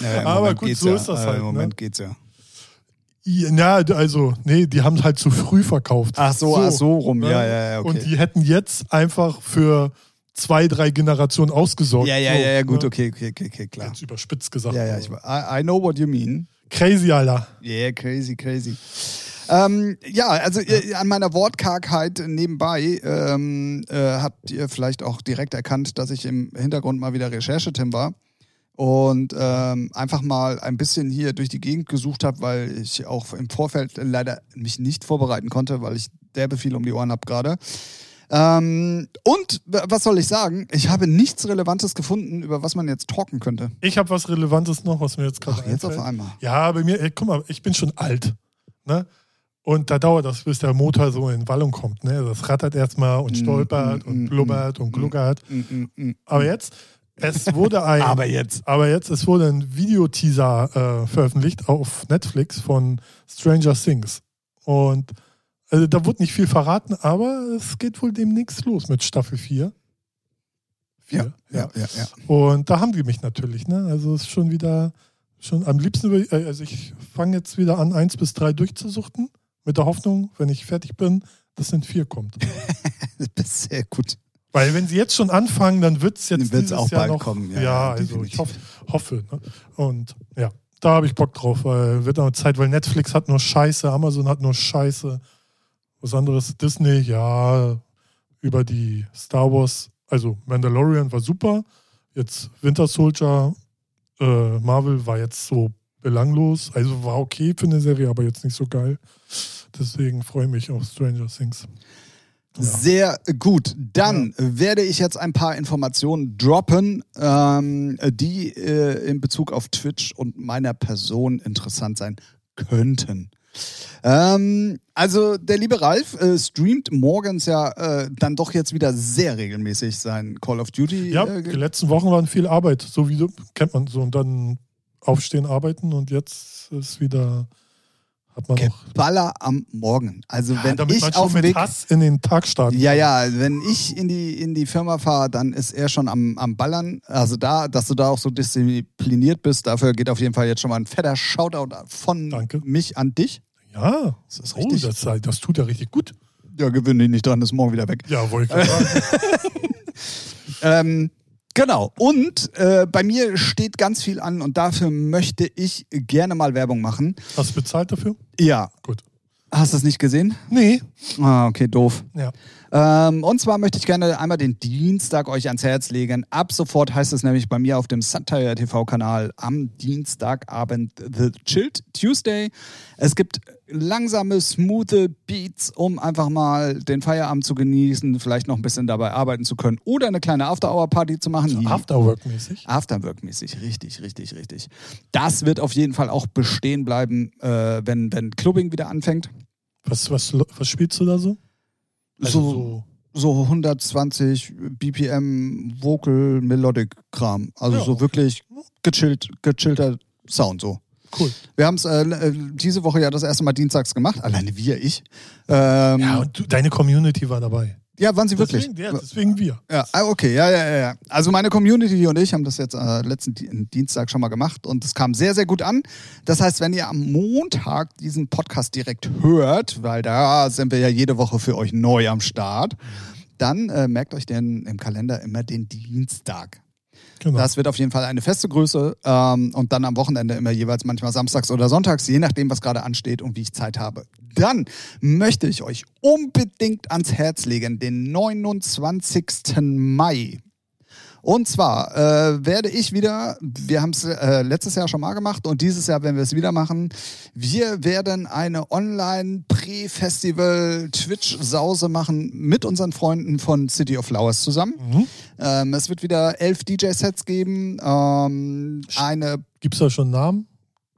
A: Naja, im
B: Aber
A: Moment
B: gut,
A: geht's
B: so
A: ja.
B: ist das
A: Äh,
B: halt,
A: Im
B: ne?
A: Moment geht's ja.
B: Ja, na, also, nee, die haben halt zu früh verkauft.
A: Ach so, ach so rum.
B: ne?
A: Ja, ja, ja, okay.
B: Und die hätten jetzt einfach für zwei, drei Generationen ausgesorgt.
A: ja, ja,
B: So,
A: ja, ja, gut,
B: ne?
A: okay, okay, okay, okay klar.
B: Jetzt überspitzt gesagt.
A: Ja, ja,
B: aber
A: ich, I, I know what you mean.
B: Crazy, Alter.
A: Yeah, crazy, crazy. Ähm, ja, also ihr, an meiner Wortkargheit nebenbei ähm, äh, habt ihr vielleicht auch direkt erkannt, dass ich im Hintergrund mal wieder Recherchetim war und ähm, einfach mal ein bisschen hier durch die Gegend gesucht habe, weil ich auch im Vorfeld leider mich nicht vorbereiten konnte, weil ich derbe viel um die Ohren habe gerade. Ähm, und w- was soll ich sagen? Ich habe nichts Relevantes gefunden, über was man jetzt talken könnte.
B: Ich habe was Relevantes noch, was mir jetzt gerade
A: Ach, jetzt halt. auf
B: einfällt.
A: einmal.
B: Ja, bei mir, ey, guck mal, ich bin schon alt. Ne? Und da dauert das, bis der Motor so in Wallung kommt. Ne? Das rattert erstmal und
A: Mm,
B: stolpert
A: mm,
B: und
A: mm,
B: blubbert und gluckert.
A: Mm, mm, mm.
B: Aber jetzt, es wurde ein.
A: Aber jetzt.
B: Aber jetzt, es wurde ein Videoteaser äh, veröffentlicht auf Netflix von Stranger Things. Und also, da wurde nicht viel verraten, aber es geht wohl demnächst los mit Staffel 4.
A: Ja, ja, ja, ja.
B: Und da haben die mich natürlich, ne? Also es ist schon wieder, schon am liebsten, will ich- äh, also ich fange jetzt wieder an, eins bis drei durchzusuchten, mit der Hoffnung, wenn ich fertig bin, dass in vier kommt.
A: Das ist sehr gut.
B: Weil wenn sie jetzt schon anfangen, dann wird es jetzt
A: Wird's
B: dieses
A: auch
B: Jahr
A: bald
B: noch,
A: kommen, ja,
B: Ja,
A: ja,
B: also
A: definitiv.
B: ich hoff, hoffe. Ne? Und ja, da habe ich Bock drauf, weil wird noch Zeit, weil Netflix hat nur Scheiße, Amazon hat nur Scheiße. Was anderes, Disney, ja, über die Star Wars, also Mandalorian war super. Jetzt Winter Soldier, äh, Marvel war jetzt so belanglos. Also war okay für eine Serie, aber jetzt nicht so geil. Deswegen freue ich mich auf Stranger Things.
A: Sehr gut. Dann werde ich jetzt ein paar Informationen droppen, ähm, die äh, in Bezug auf Twitch und meiner Person interessant sein könnten. Ähm, also der liebe Ralf äh, streamt morgens ja äh, dann doch jetzt wieder sehr regelmäßig sein Call of Duty.
B: Ja,
A: äh,
B: die
A: ge-
B: letzten Wochen waren viel Arbeit, so wie du, kennt man so. Und dann aufstehen, arbeiten und jetzt ist wieder, hat man noch.
A: Baller am Morgen. Also
B: Ja,
A: wenn
B: damit man
A: ich
B: schon
A: auf dem
B: mit
A: Weg
B: Hass in den Tag starten.
A: Ja, ja, wenn ich in die, in die Firma fahre, dann ist er schon am, am Ballern. Also da, dass du da auch so diszipliniert bist, dafür geht auf jeden Fall jetzt schon mal ein fetter Shoutout von
B: Danke.
A: mich an dich.
B: Ja,
A: Das ist
B: oh,
A: richtig. Oh,
B: das, das tut ja richtig gut.
A: ja, gewöhne dich nicht dran, ist morgen wieder weg.
B: Ja, wollte ich gerade sagen.
A: Ähm, genau. Und äh, bei mir steht ganz viel an und dafür möchte ich gerne mal Werbung machen.
B: Hast du bezahlt dafür?
A: Ja.
B: Gut.
A: Hast du es nicht gesehen?
B: Nee.
A: Ah, okay, doof.
B: Ja.
A: Ähm, und zwar möchte ich gerne einmal den Dienstag euch ans Herz legen. Ab sofort heißt es nämlich bei mir auf dem Satire TV-Kanal am Dienstagabend The Chilled Tuesday. Es gibt langsame, smooth Beats, um einfach mal den Feierabend zu genießen, vielleicht noch ein bisschen dabei arbeiten zu können oder eine kleine After-Hour-Party zu machen.
B: Afterwork-mäßig.
A: Afterwork-mäßig, richtig, richtig, richtig. Das wird auf jeden Fall auch bestehen bleiben, äh, wenn, wenn Clubbing wieder anfängt.
B: Was, was, was spielst du da so? Also
A: So- so 120 BPM Vocal Melodic Kram. Also
B: Ja,
A: so
B: okay.
A: wirklich gechillt, gechillter Sound so.
B: so cool.
A: Wir haben es äh, äh, diese Woche ja das erste Mal dienstags gemacht, alleine wir, ich. Ähm,
B: Ja,
A: ja.
B: und du, deine Community war dabei.
A: waren sie wirklich?
B: Deswegen, ja, deswegen wir.
A: Ja, ah, okay, ja, ja, ja, ja. Also meine Community und ich haben das jetzt äh, letzten Di- Dienstag schon mal gemacht und es kam sehr, sehr gut an. Das heißt, wenn ihr am Montag diesen Podcast direkt hört, weil da sind wir ja jede Woche für euch neu am Start, dann äh, merkt euch den im Kalender immer den Dienstag.
B: Genau.
A: Das wird auf jeden Fall eine feste Größe ähm, und dann am Wochenende immer jeweils manchmal samstags oder sonntags, je nachdem, was gerade ansteht und wie ich Zeit habe. Dann möchte ich euch unbedingt ans Herz legen, den 29. Mai. Und zwar äh, werde ich wieder, wir haben es äh, letztes Jahr schon mal gemacht und dieses Jahr werden wir es wieder machen. Wir werden eine Online-Pre-Festival-Twitch-Sause machen mit unseren Freunden von City of Flowers zusammen.
B: mhm.
A: Ähm, es wird wieder elf DJ-Sets geben. Ähm, eine
B: Gibt es da schon Namen,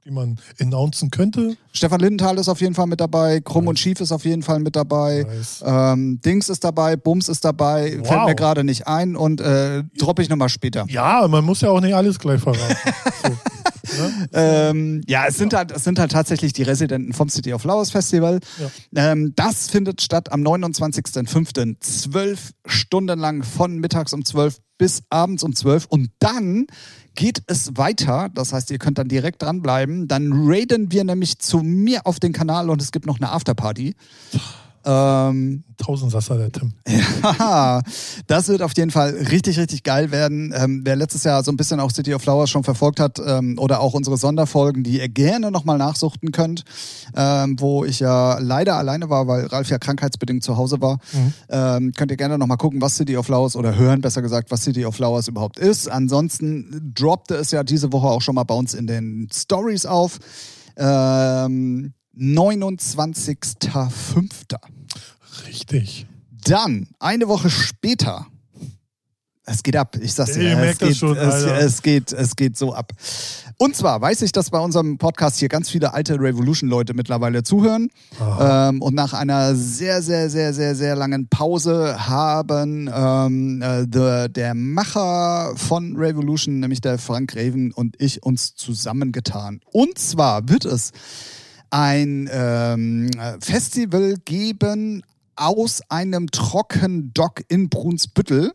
B: die man announcen könnte?
A: Stefan Lindenthal ist auf jeden Fall mit dabei, Krumm und Schief ist auf jeden Fall mit dabei.
B: Nice.
A: Ähm, Dings ist dabei, Bums ist dabei,
B: Wow.
A: fällt mir gerade nicht ein und äh, droppe ich nochmal später.
B: Ja, man muss ja auch nicht alles gleich verraten. so, ne?
A: Ähm, ja, es sind, halt, es sind halt tatsächlich die Residenten vom City of Flowers Festival. Ähm, das findet statt am 29.05. Zwölf Stunden lang von mittags um 12 bis abends um 12. Und dann geht es weiter. Das heißt, ihr könnt dann direkt dranbleiben. Dann raiden wir nämlich zu mir auf den Kanal und es gibt noch eine Afterparty. Ähm,
B: Tausendsasser, der Tim.
A: Haha, das wird auf jeden Fall richtig, richtig geil werden. Ähm, wer letztes Jahr so ein bisschen auch City of Flowers schon verfolgt hat ähm, oder auch unsere Sonderfolgen, die ihr gerne nochmal nachsuchten könnt, ähm, wo ich ja leider alleine war, weil Ralf ja krankheitsbedingt zu Hause war, ähm, könnt ihr gerne nochmal gucken, was City of Flowers oder hören, besser gesagt, was City of Flowers überhaupt ist. Ansonsten droppte es ja diese Woche auch schon mal bei uns in den Stories auf. Ähm, 29.05.
B: Richtig.
A: Dann, eine Woche später. Es geht ab, ich sag's dir.
B: Ihr
A: es,
B: merkt das
A: geht,
B: schon,
A: es,
B: Alter.
A: es, geht, es geht so ab. Und zwar weiß ich, dass bei unserem Podcast hier ganz viele alte Revolution-Leute mittlerweile zuhören. Ähm, und nach einer sehr, sehr, sehr, sehr, sehr langen Pause haben ähm, äh, der, der Macher von Revolution, nämlich der Frank Raven und ich, uns zusammengetan. Und zwar wird es ein ähm, Festival geben aus einem Trockendock in Brunsbüttel.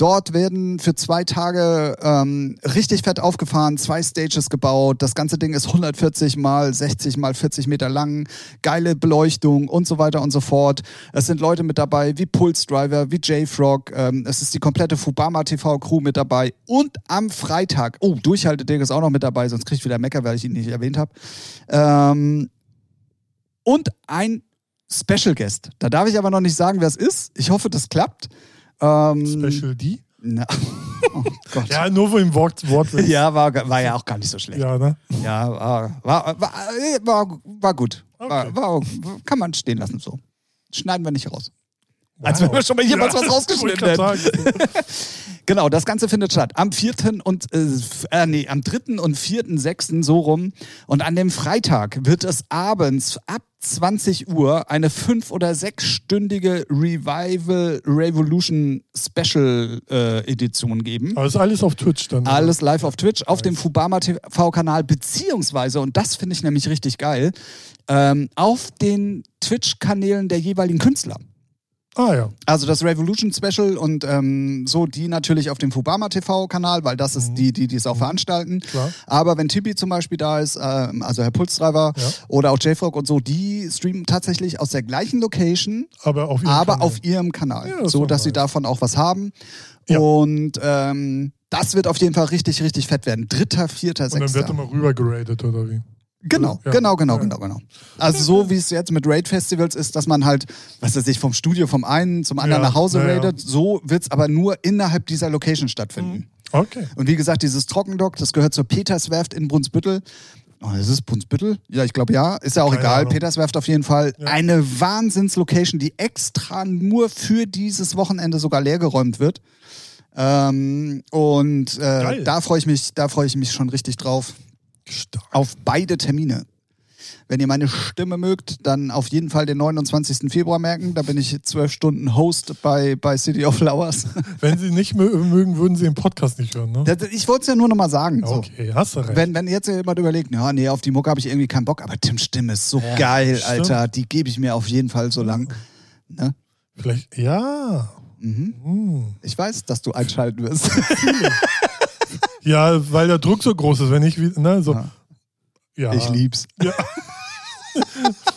A: Dort werden für zwei Tage ähm, richtig fett aufgefahren, zwei Stages gebaut. Das ganze Ding ist 140 mal 60 mal 40 Meter lang, geile Beleuchtung und so weiter und so fort. Es sind Leute mit dabei wie Pulse Driver, wie JFrog. Ähm, es ist die komplette Fubama TV Crew mit dabei. Und am Freitag, oh, Durchhalte-Ding ist auch noch mit dabei, sonst krieg ich wieder Mecker, weil ich ihn nicht erwähnt habe. Ähm, und ein Special Guest. Da darf ich aber noch nicht sagen, wer es ist. Ich hoffe, das klappt. Ähm,
B: Special D?
A: na. Oh Gott. Ja.
B: Ja, nur wo im Wort, Wort
A: war, war ja auch gar nicht so schlecht.
B: Ja, ne?
A: Ja, war, war, war, äh, war, war gut. War,
B: Okay.
A: war, kann man stehen lassen so. Schneiden wir nicht raus.
B: Wow.
A: Als wenn wir schon mal jemals was rausgeschnitten
B: wollte ich grad sagen.
A: Genau, das Ganze findet statt. Am 4. und, äh, f- äh, nee, am 3. und 4.6. so rum. Und an dem Freitag wird es abends ab 20 Uhr eine fünf- oder sechsstündige Revival Revolution Special äh, Edition geben.
B: Aber ist alles auf Twitch dann. oder?
A: Alles live auf Twitch, auf dem Fubama TV-Kanal, beziehungsweise, und das finde ich nämlich richtig geil, ähm, auf den Twitch-Kanälen der jeweiligen Künstler.
B: Ah, ja.
A: Also das Revolution Special und ähm, so die natürlich auf dem Fubama TV-Kanal, weil das ist die, die die es auch veranstalten.
B: Mhm. Klar.
A: Aber wenn Tibi zum Beispiel da ist, ähm, also Herr Pulstreiber
B: Ja.
A: oder auch JFrog und so, die streamen tatsächlich aus der gleichen Location
B: Aber auf jeden
A: aber
B: Kanal.
A: auf ihrem Kanal,
B: Ja, das ist
A: so
B: doch
A: dass sie
B: nice.
A: davon auch was haben.
B: Ja.
A: Und ähm, das wird auf jeden Fall richtig, richtig fett werden. Dritter, vierter,
B: Und dann wird
A: sechster.
B: immer rübergeradet oder wie?
A: Genau,
B: Ja.
A: genau, genau,
B: Ja.
A: genau, genau. Also so wie es jetzt mit Raid-Festivals ist, dass man halt, was weiß ich, vom Studio vom einen zum anderen
B: Ja,
A: nach Hause
B: ja, ja.
A: raidet, so wird es aber nur innerhalb dieser Location
B: Mhm.
A: stattfinden.
B: Okay.
A: Und wie gesagt, dieses Trockendock, das gehört zur Peterswerft in Brunsbüttel. Oh, ist es Brunsbüttel? Ja, ich glaube ja. Ist ja auch
B: Keine
A: egal.
B: Ahnung.
A: Peterswerft auf jeden Fall.
B: Ja.
A: Eine Wahnsinns-Location, die extra nur für dieses Wochenende sogar leergeräumt wird. Ähm, und äh,
B: Geil.
A: da freue ich mich, da freue ich mich schon richtig drauf.
B: Stark.
A: Auf beide Termine. Wenn ihr meine Stimme mögt, dann auf jeden Fall den 29. Februar merken. Da bin ich zwölf Stunden Host bei, bei City of Flowers.
B: Wenn sie nicht mö- mögen, würden sie den Podcast nicht hören, ne?
A: Das- Ich wollte es ja nur nochmal sagen. So.
B: Okay, hast du recht.
A: Wenn, wenn jetzt jemand überlegt, ja, nee, auf die Mucke habe ich irgendwie keinen Bock, aber Tim Stimme ist so geil,
B: stimmt.
A: Alter, die gebe ich mir auf jeden Fall so lang.
B: Vielleicht, ja. Mhm.
A: Ich weiß, dass du einschalten wirst.
B: Ja, weil der Druck so groß ist, wenn ich, wie- ne, so.
A: Ja.
B: Ja.
A: Ich lieb's.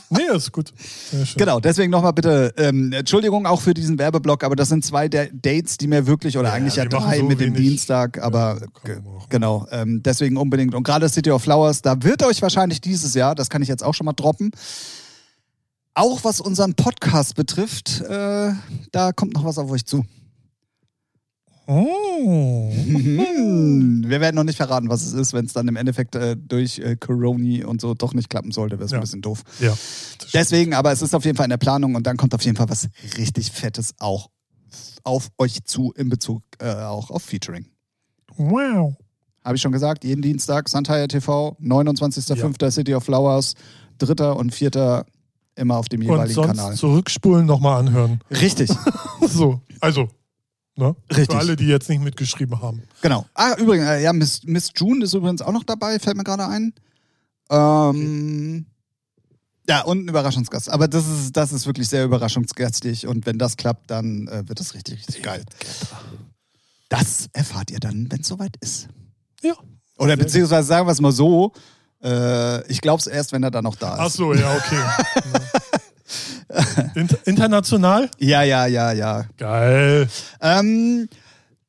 B: Nee, ist gut. Sehr schön.
A: Genau, deswegen nochmal bitte, ähm, Entschuldigung auch für diesen Werbeblock, aber das sind zwei der Dates, die mir wirklich, oder
B: Ja,
A: eigentlich ja
B: wir machen
A: drei
B: so
A: mit dem
B: wenig.
A: Dienstag,
B: Ja,
A: aber ge-
B: kann man machen.
A: genau, ähm, deswegen unbedingt. Und gerade City of Flowers, da wird euch wahrscheinlich dieses Jahr, das kann ich jetzt auch schon mal droppen, auch was unseren Podcast betrifft, äh, da kommt noch was auf euch zu.
B: Mhm.
A: Mhm. Wir werden noch nicht verraten, was es ist, wenn es dann im Endeffekt äh, durch äh, Corona und so doch nicht klappen sollte. Wäre es
B: Ja.
A: ein bisschen doof.
B: Ja.
A: Deswegen, aber es ist auf jeden Fall in der Planung und dann kommt auf jeden Fall was richtig Fettes auch auf euch zu in Bezug äh, auch auf Featuring.
B: Wow.
A: Habe ich schon gesagt, jeden Dienstag, Santaya TV, 29.05. City of Flowers, 3. und 4. immer auf dem
B: Und
A: jeweiligen
B: sonst
A: Kanal.
B: zurückspulen, nochmal anhören.
A: Richtig,
B: So, also. Ne?
A: Richtig.
B: Für alle, die jetzt nicht mitgeschrieben haben.
A: genau. Ah, übrigens, äh, ja, Miss, Miss June ist übrigens auch noch dabei, fällt mir gerade ein. Ähm, Ja, und ein Überraschungsgast. Aber das ist, das ist wirklich sehr überraschungsgastig. Und wenn das klappt, dann äh, wird das richtig, richtig geil. Das erfahrt ihr dann, wenn es soweit ist.
B: Ja.
A: Oder beziehungsweise sagen wir es mal so, äh, ich glaube es erst, wenn er dann noch da
B: Ach
A: ist.
B: so, ja, okay. Inter international?
A: Ja, ja, ja, ja.
B: Geil.
A: Ähm,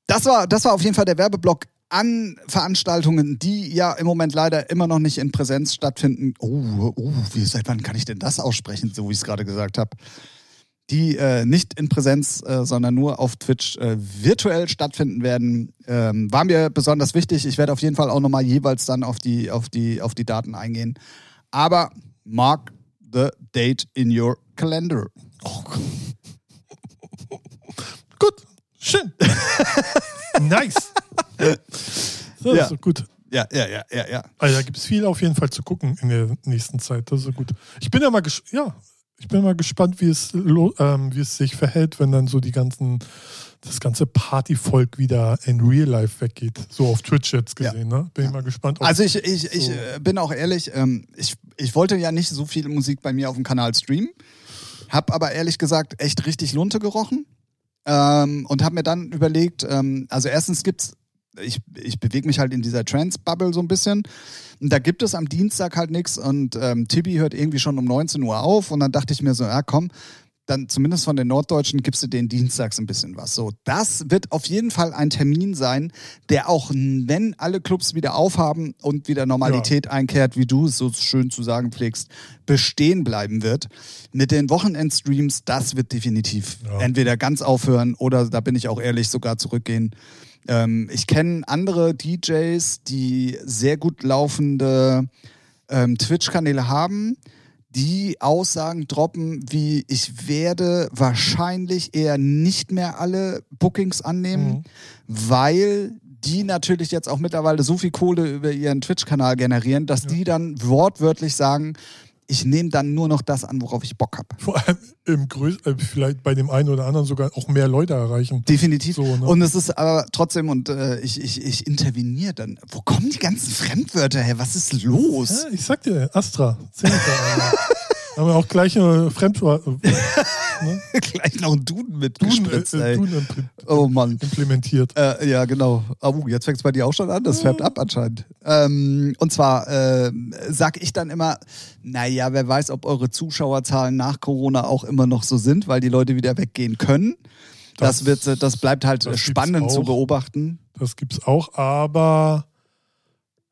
A: das, war, das war auf jeden Fall der Werbeblock an Veranstaltungen, die ja im Moment leider immer noch nicht in Präsenz stattfinden. Oh, oh wie, seit wann kann ich denn das aussprechen, so wie ich es gerade gesagt habe? Die äh, nicht in Präsenz, äh, sondern nur auf Twitch äh, virtuell stattfinden werden, ähm, war mir besonders wichtig. Ich werde auf jeden Fall auch nochmal jeweils dann auf die, auf, die, auf die Daten eingehen. Aber mark the date in your calendar.
B: Gut. Schön. nice. So,
A: Ja.
B: ist doch gut.
A: Ja, ja, ja, ja, ja.
B: Also, da gibt es viel auf jeden Fall zu gucken in der nächsten Zeit. Das ist so gut. Ich bin ja mal, ges ja, ich bin mal gespannt, wie es, lo- ähm, wie es sich verhält, wenn dann so die ganzen, das ganze Partyvolk wieder in Real Life weggeht. So auf Twitch jetzt
A: Ja.
B: gesehen. Ne? Bin ich mal gespannt. Ob
A: Also ich, ich, ich
B: So.
A: äh, bin auch ehrlich, ähm, ich, ich wollte ja nicht so viel Musik bei mir auf dem Kanal streamen, hab aber ehrlich gesagt echt richtig Lunte gerochen ähm, und hab mir dann überlegt, ähm, also erstens gibt's, ich, ich bewege mich halt in dieser Trance-Bubble so ein bisschen und da gibt es am Dienstag halt nichts und ähm, Tibi hört irgendwie schon um 19 Uhr auf und dann dachte ich mir so, ja komm, dann zumindest von den Norddeutschen gibst du den dienstags ein bisschen was. So, das wird auf jeden Fall ein Termin sein, der auch, n- wenn alle Clubs wieder aufhaben und wieder Normalität einkehrt, wie du es so schön zu sagen pflegst, bestehen bleiben wird. Mit den Wochenendstreams, das wird definitiv
B: Ja.
A: entweder ganz aufhören oder, da bin ich auch ehrlich, sogar zurückgehen. Ähm, ich kenne andere DJs, die sehr gut laufende ähm, Twitch-Kanäle haben, die Aussagen droppen, wie ich werde wahrscheinlich eher nicht mehr alle Bookings annehmen, weil die natürlich jetzt auch mittlerweile so viel Kohle über ihren Twitch-Kanal generieren, dass die dann wortwörtlich sagen, ich nehme dann nur noch das an, worauf ich Bock habe.
B: vor allem im Größ äh, vielleicht bei dem einen oder anderen sogar auch mehr Leute erreichen.
A: Definitiv.
B: So, ne?
A: Und es ist aber trotzdem, und äh, ich, ich, ich interveniere dann. Wo kommen die ganzen Fremdwörter her? Was ist los?
B: Ja, ich sag dir, Astra. Zehnter, äh, haben wir auch gleich eine Fremdwort. Ne?
A: Gleich noch ein Duden mit
B: Duden,
A: gespritzt,
B: äh,
A: ey.
B: Duden impl-
A: Oh Mann.
B: implementiert.
A: Äh, ja, genau. Oh, jetzt fängt es bei dir auch schon an, das färbt ab anscheinend. Ähm, und zwar äh, sag ich dann immer, naja, wer weiß, ob eure Zuschauerzahlen nach Corona auch immer noch so sind, weil die Leute wieder weggehen können. Das,
B: Das-
A: wird, äh, das bleibt halt
B: das
A: äh,
B: gibt's
A: spannend zu
B: auch.
A: beobachten.
B: Das gibt's auch, aber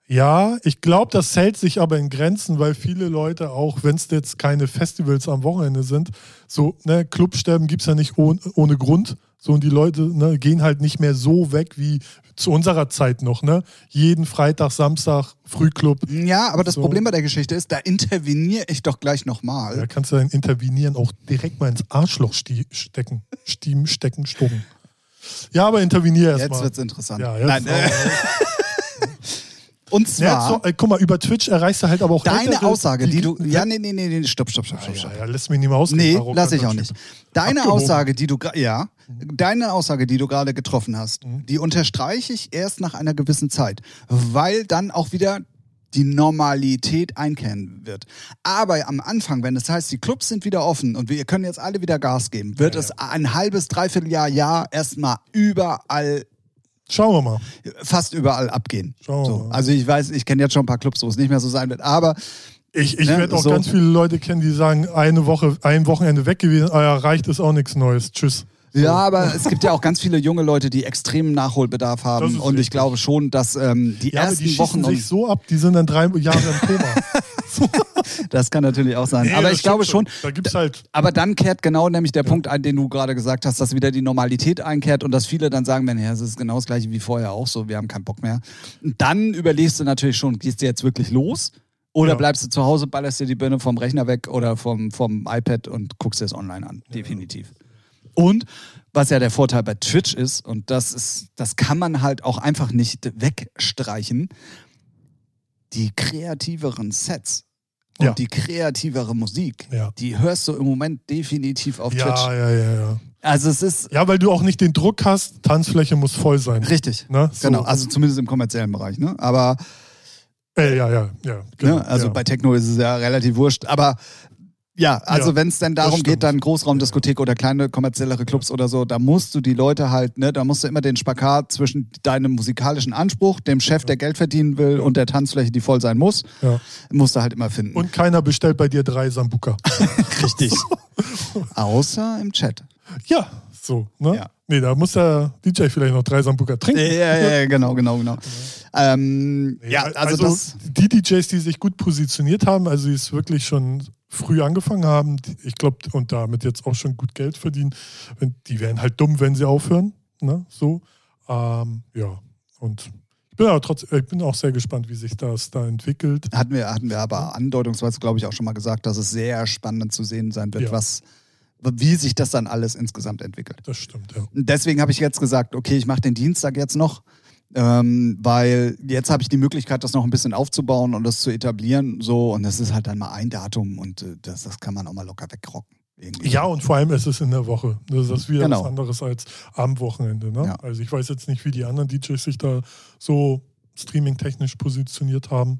B: ja, ich glaube, das hält sich aber in Grenzen, weil viele Leute auch, wenn es jetzt keine Festivals am Wochenende sind, so, ne, Clubsterben gibt's ja nicht ohne, ohne Grund. So, und die Leute ne, gehen halt nicht mehr so weg wie zu unserer Zeit noch, ne? Jeden Freitag, Samstag, Frühclub.
A: Ja, aber das
B: So.
A: Problem bei der Geschichte ist, da interveniere ich doch gleich nochmal.
B: Da kannst du dein Intervenieren auch direkt mal ins Arschloch stie- stecken. Stiem, stecken, stucken. Ja, aber intervenier erstmal.
A: Jetzt wird's interessant.
B: Ja, jetzt
A: Nein, äh, und
B: Ja, jetzt
A: zwar
B: so, äh, ey, guck mal, über Twitch erreichst du halt aber auch
A: deine
B: ältere-
A: Aussage, die du. Ja, nee, nee, nee, nee, stopp, stopp, stopp,
B: ja,
A: stopp. stopp.
B: ja, ja, lass mich nicht mehr aus.
A: Nee, lass ich auch nicht. Deine
B: Abgehoben. Mhm.
A: Aussage, die du gra- ja, deine Aussage, die du gerade getroffen hast, die unterstreiche ich erst nach einer gewissen Zeit, weil dann auch wieder die Normalität einkehren wird. Aber am Anfang, wenn es heißt, die Clubs sind wieder offen und wir können jetzt alle wieder Gas geben, wird es ein halbes, dreiviertel Jahr, Jahr erstmal überall
B: Schauen wir mal.
A: fast überall abgehen.
B: Schauen wir
A: So.
B: mal.
A: Also ich weiß, ich kenne jetzt schon ein paar Clubs, wo es nicht mehr so sein wird, aber
B: Ich, ich
A: Ne,
B: werde auch
A: so.
B: ganz viele Leute kennen, die sagen, eine Woche, ein Wochenende weg gewesen, ah, ja, reicht ist auch nichts Neues. Tschüss.
A: Ja, aber es gibt ja auch ganz viele junge Leute, die extremen Nachholbedarf
B: Das
A: haben.
B: ist
A: Und ich
B: richtig.
A: glaube schon, dass ähm, die
B: Ja, aber
A: ersten
B: die schießen
A: Wochen und
B: sich so ab, die sind dann drei Jahre im Koma.
A: das kann natürlich auch sein.
B: Nee,
A: aber
B: das
A: ich glaube schon.
B: stimmt Da gibt's halt.
A: Aber dann kehrt genau nämlich der Punkt ein, den du gerade gesagt hast, dass wieder die Normalität einkehrt und dass viele dann sagen, "Mensch, ja, es ist genau das gleiche wie vorher auch so, wir haben keinen Bock mehr. Und dann überlegst du natürlich schon, gehst du jetzt wirklich los oder
B: Ja.
A: bleibst du zu Hause, ballerst dir die Birne vom Rechner weg oder vom, vom iPad und guckst dir es online an. Definitiv. Und was ja der Vorteil bei Twitch ist, und das ist, das kann man halt auch einfach nicht wegstreichen, die kreativeren Sets und
B: Ja.
A: die kreativere Musik,
B: Ja.
A: die hörst du im Moment definitiv auf
B: Ja,
A: Twitch.
B: ja, ja, ja.
A: Also es ist
B: Ja, weil du auch nicht den Druck hast, Tanzfläche muss voll sein.
A: richtig.
B: Ne? So.
A: Genau, also zumindest im kommerziellen Bereich, ne? Aber
B: Äh, ja, ja, ja. Genau,
A: ne? also
B: ja.
A: bei Techno ist es ja relativ wurscht. Aber Ja, also
B: Ja,
A: wenn es denn
B: das
A: darum
B: stimmt.
A: geht, dann Großraumdiskothek oder kleine kommerziellere Clubs oder so, da musst du die Leute halt, ne, da musst du immer den Spagat zwischen deinem musikalischen Anspruch, dem Chef, der Geld verdienen will und der Tanzfläche, die voll sein muss,
B: Ja.
A: musst du halt immer finden.
B: Und keiner bestellt bei dir drei Sambuka.
A: richtig. Außer im Chat.
B: ja, so. Ne?
A: Ja.
B: Nee, da muss der DJ vielleicht noch drei Sambuka trinken.
A: Ja, ja, ja, genau, genau, genau. Ähm,
B: Nee,
A: ja,
B: al-
A: also, das.
B: die DJs, die sich gut positioniert haben, also die es wirklich schon früh angefangen haben, die, ich glaube, und damit jetzt auch schon gut Geld verdienen, wenn, die wären halt dumm, wenn sie aufhören. Ne? So. Ähm, ja, und ich bin, aber trotzdem, ich bin auch sehr gespannt, wie sich das da entwickelt.
A: Hatten wir, hatten wir
B: Mhm.
A: aber andeutungsweise, glaube ich, auch schon mal gesagt, dass es sehr spannend zu sehen sein wird,
B: Ja.
A: was, wie sich das dann alles insgesamt entwickelt.
B: Das stimmt, ja.
A: Und Deswegen habe ich jetzt gesagt, okay, ich mache den Dienstag jetzt noch, ähm, weil jetzt habe ich die Möglichkeit, das noch ein bisschen aufzubauen und das zu etablieren. So, und das ist halt dann mal ein Datum und äh, das, das kann man auch mal locker wegrocken. Irgendwie.
B: Ja, und vor allem ist es in der Woche. Das ist wieder
A: Genau.
B: was anderes als am Wochenende. Ne?
A: Ja.
B: Also ich weiß jetzt nicht, wie die anderen DJs sich da so streamingtechnisch positioniert haben.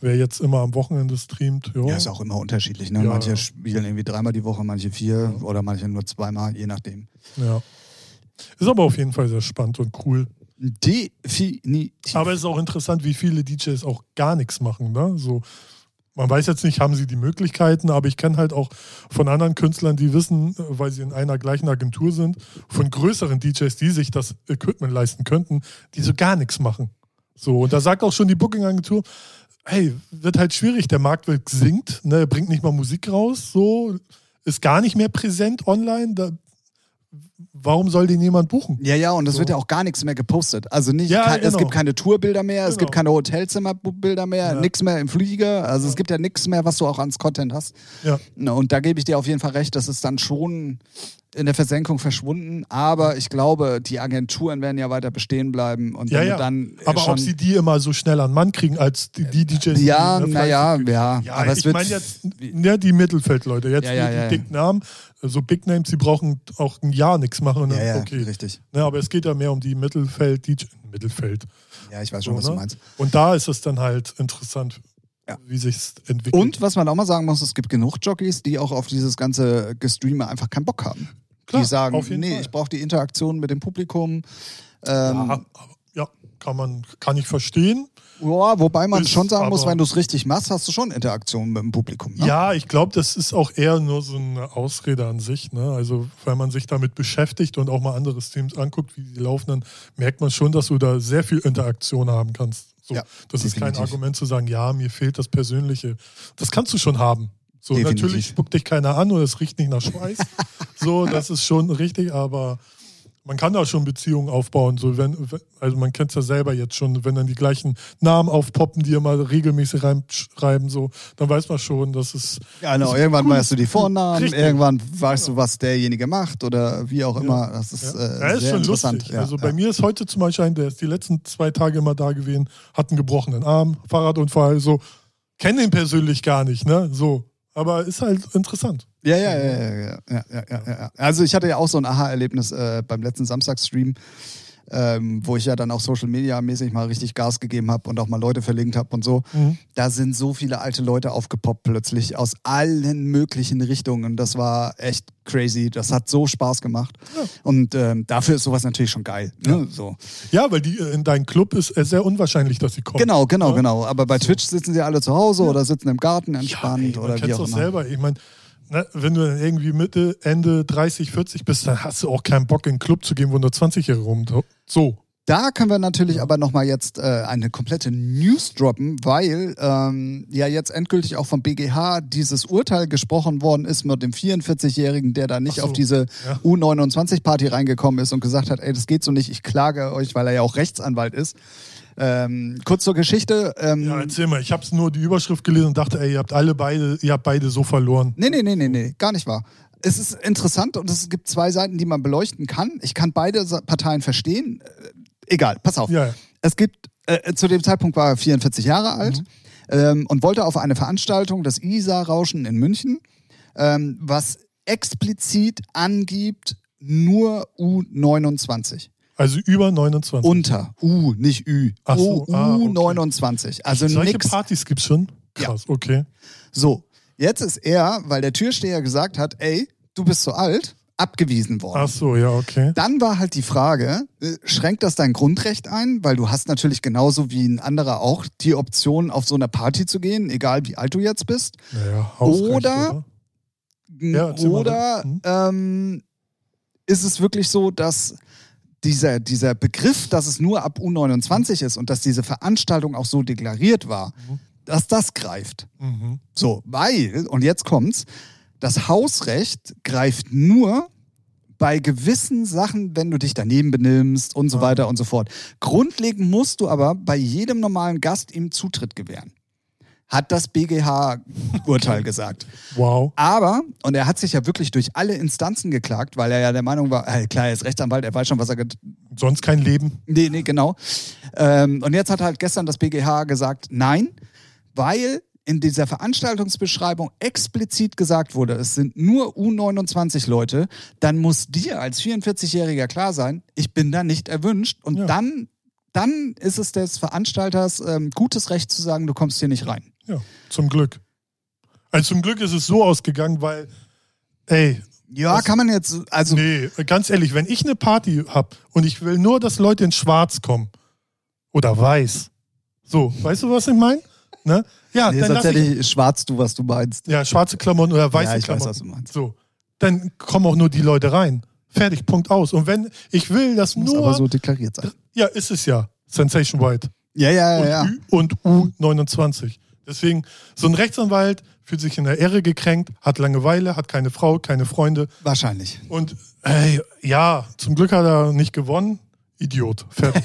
B: Wer jetzt immer am Wochenende streamt, ja.
A: Ja, ist auch immer unterschiedlich. Ne?
B: Ja,
A: manche
B: ja.
A: spielen irgendwie dreimal die Woche, manche vier oder manche nur zweimal, je nachdem.
B: ja. Ist aber auf jeden Fall sehr spannend und cool.
A: Definitiv.
B: Aber es ist auch interessant, wie viele DJs auch gar nichts machen. Ne? So, man weiß jetzt nicht, haben sie die Möglichkeiten, aber ich kenne halt auch von anderen Künstlern, die wissen, äh, weil sie in einer gleichen Agentur sind, von größeren DJs, die sich das Equipment leisten könnten, die so gar nichts machen. So, und da sagt auch schon die Booking-Agentur, hey, wird halt schwierig, der Markt wird sinkt, ne, bringt nicht mal Musik raus, so, ist gar nicht mehr präsent online, da, warum soll den jemand buchen?
A: Ja, ja, und es
B: So.
A: wird ja auch gar nichts mehr gepostet. Also nicht,
B: Ja,
A: kein, es
B: genau.
A: gibt keine Tourbilder mehr, es
B: Genau.
A: gibt keine Hotelzimmerbilder mehr,
B: Ja.
A: nichts mehr im Flieger. Also es gibt ja nichts mehr, was du auch ans Content hast.
B: Ja.
A: Na, Und da gebe ich dir auf jeden Fall recht, das ist dann schon in der Versenkung verschwunden. Aber ich glaube, die Agenturen werden ja weiter bestehen bleiben. Und
B: Ja,
A: wenn
B: ja.
A: du dann äh,
B: Aber
A: schon,
B: ob sie die immer so schnell an Mann kriegen, als die, die DJs.
A: ja,
B: die, ne,
A: naja,
B: vielleicht-
A: ja,
B: Ja,
A: aber es
B: ich
A: wird
B: meine jetzt ne, die Mittelfeldleute, jetzt
A: Ja, ja,
B: die, die
A: ja, ja.
B: dicken Namen, so Big Names, die brauchen auch ein Jahr nichts machen. Und dann,
A: ja, ja,
B: okay.
A: richtig.
B: Ne, aber es geht ja mehr um die Mittelfeld-DJ. Mittelfeld.
A: Ja, ich weiß schon, was
B: so,
A: du
B: ne?
A: meinst.
B: Und da ist es dann halt interessant,
A: Ja.
B: wie sich entwickelt.
A: Und was man auch mal sagen muss, es gibt genug Jockeys, die auch auf dieses ganze Gestreame einfach keinen Bock haben.
B: Klar,
A: die sagen,
B: auf jeden
A: nee,
B: Fall.
A: ich brauche die Interaktion mit dem Publikum.
B: ja,
A: Ähm,
B: aber, ja, kann man, kann ich verstehen.
A: ja, wobei man
B: Ist
A: schon sagen muss,
B: aber-
A: wenn du es richtig machst, hast du schon Interaktion mit dem Publikum. Ne?
B: Ja, ich glaube, das ist auch eher nur so eine Ausrede an sich. Ne? Also, wenn man sich damit beschäftigt und auch mal andere Streams anguckt, wie die laufen, dann merkt man schon, dass du da sehr viel Interaktion haben kannst. So,
A: Ja,
B: das ist kein
A: definitiv.
B: Argument zu sagen, ja, mir fehlt das Persönliche. Das kannst du schon haben. So,
A: Definitiv.
B: natürlich spuckt dich keiner an und es riecht nicht nach Schweiß. so, das ist schon richtig, aber man kann da schon Beziehungen aufbauen. So wenn, wenn- also man kennt es ja selber jetzt schon, wenn dann die gleichen Namen aufpoppen, die immer regelmäßig reinschreiben, so, dann weiß man schon, dass es
A: Ja, genau. Irgendwann weißt du die Vornamen,
B: Richtig.
A: irgendwann weißt du, was derjenige macht oder wie auch immer. Das
B: ja,
A: ist, äh,
B: ja, ist
A: sehr
B: schon
A: interessant.
B: lustig.
A: Ja,
B: also
A: ja.
B: bei mir ist heute zum Beispiel ein, der ist die letzten zwei Tage immer da gewesen, hat einen gebrochenen Arm, Fahrradunfall, so, kenne ihn persönlich gar nicht, ne? So. Aber ist halt interessant.
A: Ja, ja, ja, ja, ja, ja, ja, ja, ja. Also ich hatte ja auch so ein Aha-Erlebnis äh, beim letzten Samstagstream, ähm, wo ich ja dann auch Social Media mäßig mal richtig Gas gegeben habe und auch mal Leute verlinkt habe und so.
B: Mhm.
A: Da sind so viele alte Leute aufgepoppt plötzlich aus allen möglichen Richtungen. Das war echt crazy. Das hat so Spaß gemacht. Und ähm, dafür ist sowas natürlich schon geil. Ne? So.
B: Ja, weil die äh, in deinem Club ist äh, sehr unwahrscheinlich, dass sie kommen.
A: Genau, genau,
B: Ja.
A: genau. Aber bei Twitch sitzen sie alle zu Hause oder sitzen im Garten entspannt
B: ey, man
A: oder wie
B: kennt's
A: auch
B: doch
A: immer.
B: selber. Ich meine, ne, wenn du dann irgendwie Mitte, Ende 30, 40 bist, dann hast du auch keinen Bock, in einen Club zu gehen, wo nur 20-Jährige rum. So.
A: Da können wir natürlich aber nochmal jetzt äh, eine komplette News droppen, weil ähm, ja jetzt endgültig auch vom BGH dieses Urteil gesprochen worden ist mit dem 44-Jährigen, der da nicht
B: Ach so,
A: auf diese
B: ja.
A: U29-Party reingekommen ist und gesagt hat, ey, das geht so nicht, ich klage euch, weil er ja auch Rechtsanwalt ist. Ähm, kurz zur Geschichte. Ähm,
B: Ja, erzähl mal, ich habe nur die Überschrift gelesen und dachte, ey, ihr habt alle beide, ihr habt beide so verloren.
A: Nee, nee, nee, nee, nee, gar nicht wahr. Es ist interessant und es gibt zwei Seiten, die man beleuchten kann. Ich kann beide Sa- Parteien verstehen. Äh, egal, pass auf.
B: Ja, ja.
A: Es gibt, äh, zu dem Zeitpunkt war er 44 Jahre
B: Mhm.
A: alt ähm, und wollte auf eine Veranstaltung, das Isar-Rauschen in München, ähm, was explizit angibt, nur U29.
B: Also über 29.
A: Unter U, nicht Ü.
B: Ach so, ah, okay.
A: U29. Also
B: Solche
A: nix.
B: Partys gibt's schon?
A: Ja.
B: Krass, okay.
A: So. Jetzt ist er, weil der Türsteher gesagt hat, ey, du bist zu alt, abgewiesen worden.
B: Ach so, ja, okay.
A: Dann war halt die Frage, äh, schränkt das dein Grundrecht ein? Weil du hast natürlich genauso wie ein anderer auch die Option, auf so einer Party zu gehen, egal wie alt du jetzt bist.
B: Naja, Hausrecht,
A: Oder-
B: oder? Ja, erzähl mal
A: Oder
B: dann. Hm.
A: ähm, ist es wirklich so, dass dieser, dieser Begriff, dass es nur ab U29 ist und dass diese Veranstaltung auch so deklariert war,
B: Mhm.
A: dass das greift?
B: Mhm.
A: So, weil, und jetzt kommt's, das Hausrecht greift nur bei gewissen Sachen, wenn du dich daneben benimmst und so
B: Ah.
A: weiter und so fort. Grundlegend musst du aber bei jedem normalen Gast ihm Zutritt gewähren. Hat das BGH-Urteil gesagt.
B: Wow.
A: Aber, und er hat sich ja wirklich durch alle Instanzen geklagt, weil er ja der Meinung war, äh, klar, er ist Rechtsanwalt, er weiß schon, was er get-
B: Sonst kein Leben.
A: Nee, nee, genau. Ähm, und jetzt hat halt gestern das BGH gesagt, nein, weil in dieser Veranstaltungsbeschreibung explizit gesagt wurde, es sind nur U29 Leute, dann muss dir als 44-Jähriger klar sein, ich bin da nicht erwünscht. Und
B: Ja.
A: dann, dann ist es des Veranstalters ähm, gutes Recht zu sagen, du kommst hier nicht rein.
B: Ja, zum Glück. Also zum Glück ist es so ausgegangen, weil, ey,
A: Ja,
B: Das-
A: kann man jetzt, also
B: nee, ganz ehrlich, wenn ich eine Party habe und ich will nur, dass Leute in Schwarz kommen oder weiß. So, weißt du, was ich meine? Ne? Ja,
A: nee,
B: dann lass ich,
A: tatsächlich schwarz du, was du meinst.
B: ja, schwarze Klamotten oder weiße
A: ja, ich
B: Klamotten.
A: weiß, was du meinst.
B: So, dann kommen auch nur die Leute rein. Fertig, Punkt aus. Und wenn ich will, dass
A: Muss
B: nur
A: aber so deklariert sein.
B: ja, ist es ja Sensation White
A: Ja, ja, ja, ja.
B: und, Ü- und U29. Deswegen so ein Rechtsanwalt fühlt sich in der Ehre gekränkt, hat Langeweile, hat keine Frau, keine Freunde
A: Wahrscheinlich.
B: und ey, ja, zum Glück hat er nicht gewonnen. Idiot, fertig.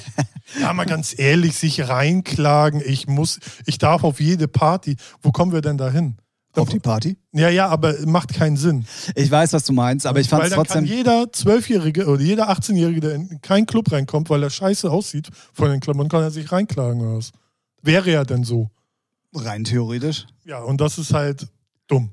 B: ja, mal ganz ehrlich, sich reinklagen. Ich muss, ich darf auf jede Party. Wo kommen wir denn dahin?
A: Auf die Party.
B: Ja, ja, aber macht keinen Sinn.
A: Ich weiß, was du meinst, aber ich fand
B: Weil
A: es
B: dann kann
A: trotzdem.
B: jeder Zwölfjährige oder jeder 18-Jährige, der in keinen Club reinkommt, weil er scheiße aussieht von den Klamotten, kann er sich reinklagen oder was. Wäre ja denn so.
A: Rein theoretisch.
B: Ja, und das ist halt dumm.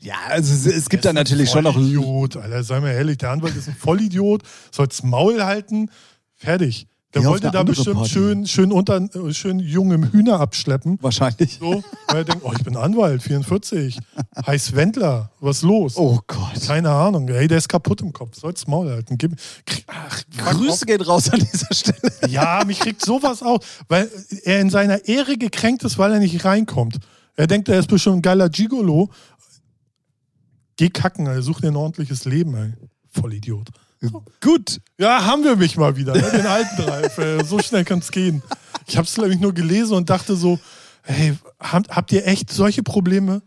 A: Ja, also es, es gibt da
B: Er ist ein
A: natürlich schon noch.
B: Vollidiot, Alter, sei mal ehrlich, der Anwalt ist ein Vollidiot, soll's Maul halten, fertig. Der
A: Geh auf
B: wollte
A: eine
B: da
A: andere
B: bestimmt
A: Party.
B: schön, schön, unter, äh, schön jung im Hühner abschleppen.
A: Wahrscheinlich.
B: So, weil er denkt, oh, ich bin Anwalt, 44, heiß Wendler, was los?
A: Oh Gott.
B: Keine Ahnung, ey, der ist kaputt im Kopf, soll's Maul halten. Gib, krieg, ach, fuck off.
A: Grüße gehen raus an dieser Stelle.
B: Ja, mich kriegt sowas auch, weil er in seiner Ehre gekränkt ist, weil er nicht reinkommt. Er denkt, er ist bestimmt ein geiler Gigolo. Geh kacken, er sucht dir ein ordentliches Leben, ey. Vollidiot.
A: Gut.
B: Ja, haben wir mich mal wieder, ne? den alten Ralf. ey. So schnell kann's gehen. Ich hab's, glaube ich, nur gelesen und dachte so, hey, habt, habt ihr echt solche Probleme?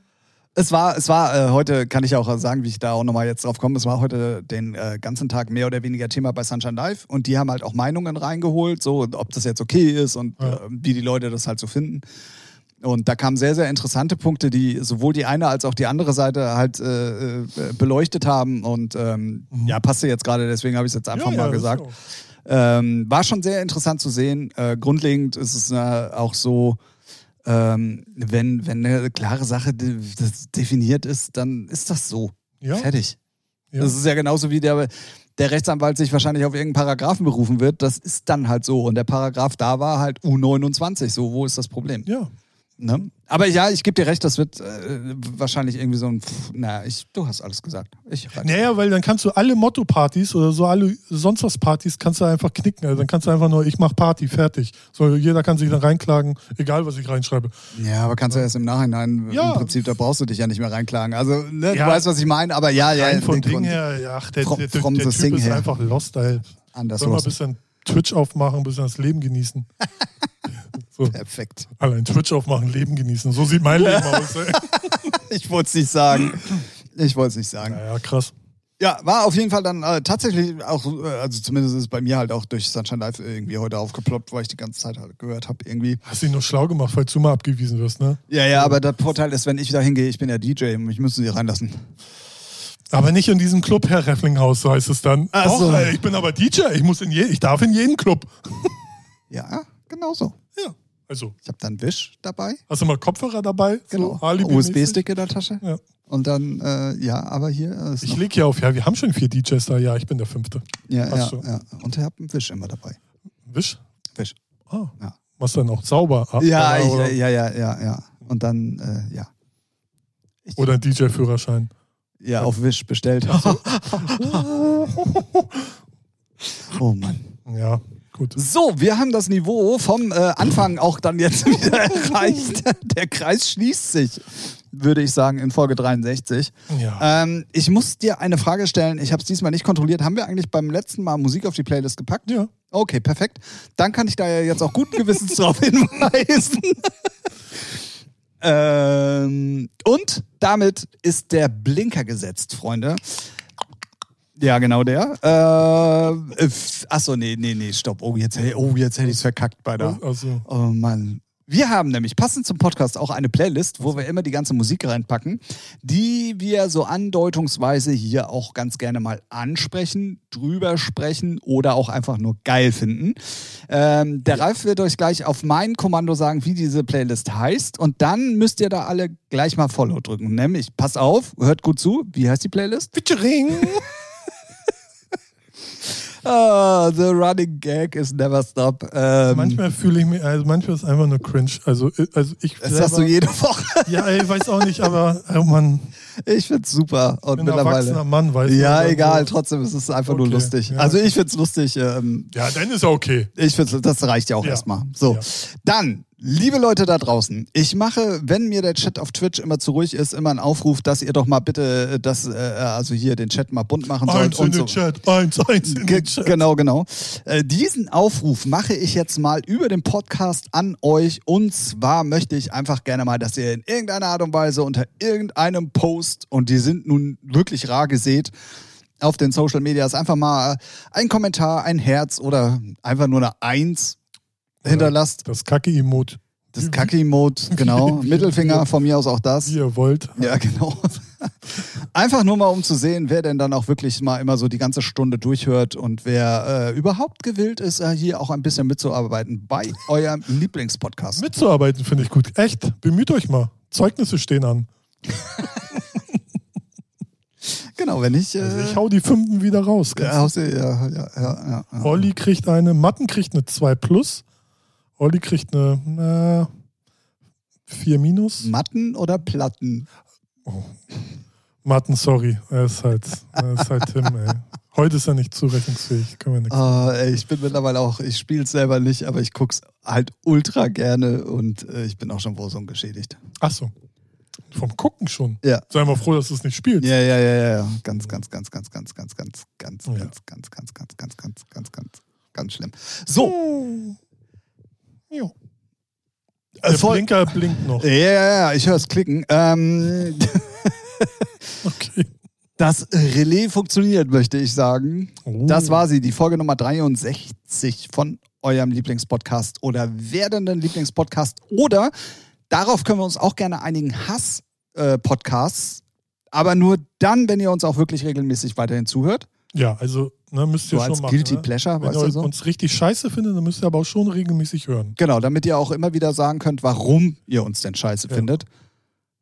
A: Es war, es war äh, heute, kann ich auch sagen, wie ich da auch nochmal jetzt drauf komme, es war heute den äh, ganzen Tag mehr oder weniger Thema bei Sunshine Live und die haben halt auch Meinungen reingeholt, so und ob das jetzt okay ist und
B: Ja.
A: äh, wie die Leute das halt so finden. Und da kamen sehr, sehr interessante Punkte, die sowohl die eine als auch die andere Seite halt äh, äh, beleuchtet haben. Und ähm, ja, passte jetzt gerade, deswegen habe ich es jetzt einfach
B: Mhm. Ja,
A: mal
B: ja,
A: gesagt.
B: ist
A: Ähm, war schon sehr interessant zu sehen. Äh, grundlegend ist es äh, auch so, ähm, wenn, wenn eine klare Sache de das definiert ist, dann ist das so.
B: Ja,
A: Fertig.
B: Ja.
A: Das ist ja genauso wie der, der Rechtsanwalt sich wahrscheinlich auf irgendeinen Paragraphen berufen wird. Das ist dann halt so. Und der Paragraph da war halt U29. So, wo ist das Problem?
B: ja.
A: Ne? Aber ja, ich gebe dir recht, das wird äh, wahrscheinlich irgendwie so ein, pff, na, ich, du hast alles gesagt. Ich reiz-
B: Naja, weil dann kannst du alle Motto-Partys oder so alle sonst was Partys kannst du einfach knicken. Also dann kannst du einfach nur, ich mach Party, fertig. So, jeder kann sich dann reinklagen, egal was ich reinschreibe.
A: Ja, aber kannst du erst im Nachhinein,
B: Ja.
A: im Prinzip, da brauchst du dich ja nicht mehr reinklagen. Also, ne,
B: Ja.
A: du weißt, was ich meine, aber ja, ja,
B: Rein vom
A: den
B: Ding
A: Grund.
B: her, ja, ach, der,
A: From-
B: der, der,
A: from
B: der
A: the
B: Typ
A: thing
B: ist
A: her.
B: einfach lost, ey.
A: anders
B: Soll mal ein
A: los.
B: bisschen Twitch aufmachen, ein bisschen das Leben genießen. so,
A: Perfekt.
B: allein Twitch aufmachen, Leben genießen. So sieht mein Leben aus, ey.
A: Ich wollte es nicht sagen. Ich wollte es nicht sagen.
B: Naja, krass.
A: Ja, war auf jeden Fall dann äh, tatsächlich auch, äh, also zumindest ist es bei mir halt auch durch Sunshine Live irgendwie heute aufgeploppt, weil ich die ganze Zeit halt gehört habe irgendwie.
B: Hast dich noch schlau gemacht, falls du mal abgewiesen wirst, ne?
A: Ja, ja, aber der Vorteil ist, wenn ich da hingehe, ich bin ja DJ, mich müssen sie reinlassen.
B: Aber nicht in diesem Club, Herr Refflinghaus, so heißt es dann.
A: Ach
B: Doch,
A: so.
B: ey, ich bin aber DJ, ich, muss in je, ich darf in jeden Club.
A: Ja, genau so.
B: Ja, also
A: Ich habe dann Wisch dabei,
B: Hast du mal Kopfhörer dabei?
A: genau.
B: So alibi-mäßig?
A: USB-Stick in der Tasche.
B: Ja.
A: Und dann, äh, ja, aber hier äh, ist
B: Ich leg hier auf, ja, wir haben schon vier DJs da, ja, ich bin der fünfte.
A: Ja,
B: Hast
A: ja,
B: du.
A: ja. Und ich habe einen Wisch immer dabei.
B: Wisch?
A: Wisch.
B: Ah.
A: Ja.
B: Machst dann auch sauber. ab,
A: Ja,
B: oder-
A: ich, ja, ja, ja, ja. Und dann, äh, ja. Ich-
B: Oder einen DJ-Führerschein.
A: Ja, auf Wish bestellt. oh Mann.
B: Ja, gut.
A: So, wir haben das Niveau vom äh, Anfang auch dann jetzt wieder erreicht. Der Kreis schließt sich, würde ich sagen, in Folge 63.
B: Ja.
A: Ähm, ich muss dir eine Frage stellen. Ich habe es diesmal nicht kontrolliert. Haben wir eigentlich beim letzten Mal Musik auf die Playlist gepackt?
B: Ja.
A: Okay, perfekt. Dann kann ich da ja jetzt auch guten Gewissens drauf hinweisen. ähm, und damit ist der Blinker gesetzt, Freunde. Ja, genau der. Äh, f- achso, nee, nee, nee, stopp. Oh, jetzt, hätt- oh, jetzt hätte ich es verkackt bei der.
B: Also,
A: Oh Mann. Wir haben nämlich passend zum Podcast auch eine Playlist, wo wir immer die ganze Musik reinpacken, die wir so andeutungsweise hier auch ganz gerne mal ansprechen, drüber sprechen oder auch einfach nur geil finden. Ähm, der Ralf wird euch gleich auf mein Kommando sagen, wie diese Playlist heißt und dann müsst ihr da alle gleich mal Follow drücken. Nämlich, pass auf, hört gut zu, wie heißt die Playlist?
B: Featuring.
A: Ah, the running gag is never stop. Ähm,
B: Manchmal fühle ich mich, also manchmal ist es einfach nur cringe. Also, äh, also ich
A: das hast du
B: selber-
A: jede Woche.
B: Ja, ich weiß auch nicht, aber oh Mann,
A: Ich find's super.
B: ich
A: Und
B: bin ein
A: mittlerweile.
B: erwachsener Mann, weißt du.
A: Ja,
B: also-
A: egal, trotzdem ist es einfach nur
B: Okay,
A: lustig.
B: ja.
A: Also ich find's lustig. Ähm,
B: Ja, dann ist er okay.
A: ich find's, das reicht ja auch
B: Ja.
A: erstmal. So,
B: Ja.
A: dann, liebe Leute da draußen, ich mache, wenn mir der Chat auf Twitch immer zu ruhig ist, immer einen Aufruf, dass ihr doch mal bitte äh, das, äh, also hier den Chat mal bunt machen sollt
B: Eins in
A: und
B: den
A: so.
B: Chat, eins, eins in
A: Ge
B: den Chat.
A: genau, genau. Äh, diesen Aufruf mache ich jetzt mal über den Podcast an euch. Und zwar möchte ich einfach gerne mal, dass ihr in irgendeiner Art und Weise unter irgendeinem Post, und die sind nun wirklich rar gesät, auf den Social Medias einfach mal ein Kommentar, ein Herz oder einfach nur eine Eins hinterlasst.
B: Das Kacke-Emote,
A: Das Kacki-Mode, genau.
B: wie-
A: Mittelfinger, von mir aus auch das.
B: wie ihr wollt.
A: Ja, genau. Einfach nur mal, um zu sehen, wer denn dann auch wirklich mal immer so die ganze Stunde durchhört und wer äh, überhaupt gewillt ist, äh, hier auch ein bisschen mitzuarbeiten bei eurem Lieblingspodcast.
B: Mitzuarbeiten finde ich gut. Echt, bemüht euch mal. Zeugnisse stehen an.
A: Genau, wenn nicht. Äh,
B: Also ich hau die Fünften wieder raus.
A: ja, haust du- ja, ja, ja, ja, ja.
B: Olli kriegt eine, Matten kriegt eine 2 plus. Olli kriegt eine na, 4 minus.
A: Matten oder Platten?
B: Matten, sorry. Er ist halt, er ist halt Tim, ey. Heute ist er nicht zurechnungsfähig. Können wir nichts.
A: Äh, ich bin mittlerweile auch, ich spiele es selber nicht, aber ich guck's halt ultra gerne und äh, ich bin auch schon Warzone geschädigt.
B: Achso. Vom Gucken schon.
A: Ja.
B: Sei mal froh, dass du es nicht spielst.
A: Ja, ja, ja, ja, ja. Ganz, ganz, ganz, ganz, ganz, ganz, ganz, ganz,
B: Ja.
A: ganz, ganz, ganz, ganz, ganz, ganz, ganz, ganz, ganz schlimm. So,
B: Jo.
A: Äh,
B: Der
A: voll- Äh,
B: Blinker blinkt noch.
A: Ja, ja, ja, ich höre es klicken. Ähm,
B: Okay.
A: das Relais funktioniert, möchte ich sagen.
B: Oh.
A: Das war sie, die Folge Nummer 63 von eurem Lieblingspodcast oder werdenden Lieblingspodcast. Oder darauf können wir uns auch gerne einigen Hass-Podcasts. aber nur dann, wenn ihr uns auch wirklich regelmäßig weiterhin zuhört.
B: Ja, also ne, müsst ihr
A: So
B: schon
A: als
B: machen.
A: Guilty
B: ne?
A: Pleasure,
B: Wenn
A: weißt du
B: ihr
A: so.
B: uns richtig scheiße findet, dann müsst ihr aber auch schon regelmäßig hören.
A: Genau, damit ihr auch immer wieder sagen könnt, warum ihr uns denn scheiße
B: Ja.
A: findet.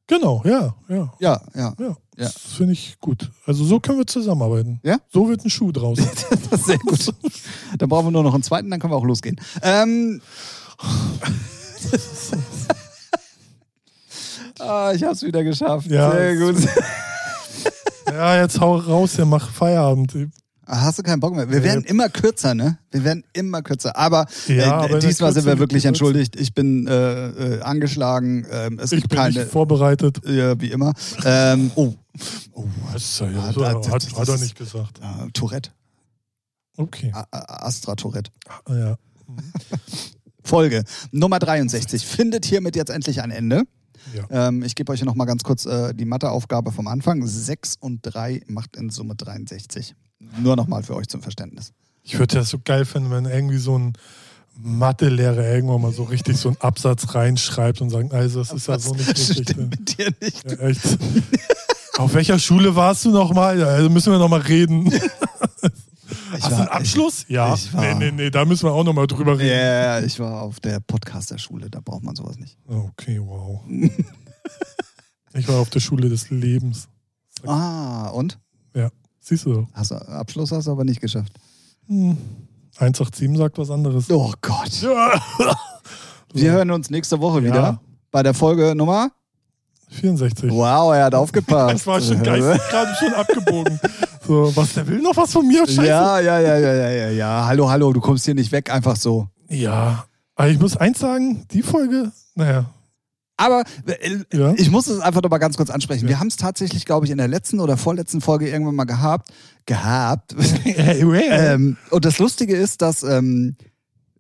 B: Genau, ja, ja.
A: Ja, ja.
B: Ja,
A: Ja.
B: das finde ich gut. Also so können wir zusammenarbeiten.
A: Ja?
B: So wird ein Schuh draus.
A: Das ist sehr gut. Dann brauchen wir nur noch einen zweiten, dann können wir auch losgehen. Ähm, ah, ich hab's wieder geschafft.
B: Ja,
A: sehr
B: es-
A: gut.
B: ja, jetzt hau raus, ja, mach Feierabend.
A: Ah, Hast du keinen Bock mehr? Wir
B: Nee.
A: werden immer kürzer, ne? Wir werden immer kürzer. Aber, äh,
B: Ja, aber in der
A: diesmal sind
B: Kürze
A: wir wirklich
B: liegt die Würze.
A: entschuldigt. Ich bin äh, äh, angeschlagen. Ähm, es
B: Ich
A: gibt
B: bin
A: keine.
B: nicht vorbereitet.
A: Ja, wie immer. Ähm, oh,
B: Was ja,
A: Ah,
B: ja,
A: da-
B: hat,
A: das-
B: hat, hat er
A: das- Ah.
B: nicht gesagt.
A: äh, Tourette.
B: Okay.
A: A A- Astra Tourette.
B: Ah, ja.
A: Folge Nummer 63 findet hiermit jetzt endlich ein Ende.
B: Ja.
A: Ähm, ich gebe euch noch mal ganz kurz äh, die Matheaufgabe vom Anfang. 6 und 3 macht in Summe 63. Nur noch mal für euch zum Verständnis.
B: Ich würde das so geil finden, wenn irgendwie so ein Mathelehrer irgendwann mal so richtig so einen Absatz reinschreibt und sagt, also das ist ja so nicht richtig.
A: stimmt
B: Ne?
A: mit dir nicht.
B: Ja, echt. Auf welcher Schule warst du nochmal? Ja, also müssen wir nochmal reden.
A: Ich
B: Hast du einen Abschluss? Ja.
A: ich war-
B: Nee, nee, nee, da müssen wir auch nochmal drüber
A: Ich,
B: reden.
A: ja, ich war auf der Podcasterschule, da braucht man sowas nicht.
B: Okay, wow. ich war auf der Schule des Lebens.
A: Ah, und?
B: Siehst du doch.
A: Hast du, Abschluss hast du aber nicht geschafft.
B: Hm. 187 sagt was anderes.
A: Oh Gott.
B: Ja.
A: Wir hören uns nächste Woche
B: Ja.
A: wieder bei der Folge Nummer
B: 64.
A: Wow, er hat aufgepasst.
B: Das war schon geistig gerade schon abgebogen. So, was, der will noch was von mir? Scheiße.
A: Ja, ja, ja, ja, ja, ja, ja. Hallo, hallo, du kommst hier nicht weg, einfach so.
B: Ja. Aber ich muss eins sagen, die Folge, naja,
A: Aber äh,
B: Ja.
A: ich muss es einfach noch mal ganz kurz ansprechen.
B: Ja.
A: Wir haben es tatsächlich, glaube ich, in der letzten oder vorletzten Folge irgendwann mal gehabt. Gehabt. ähm, und das Lustige ist, dass ähm,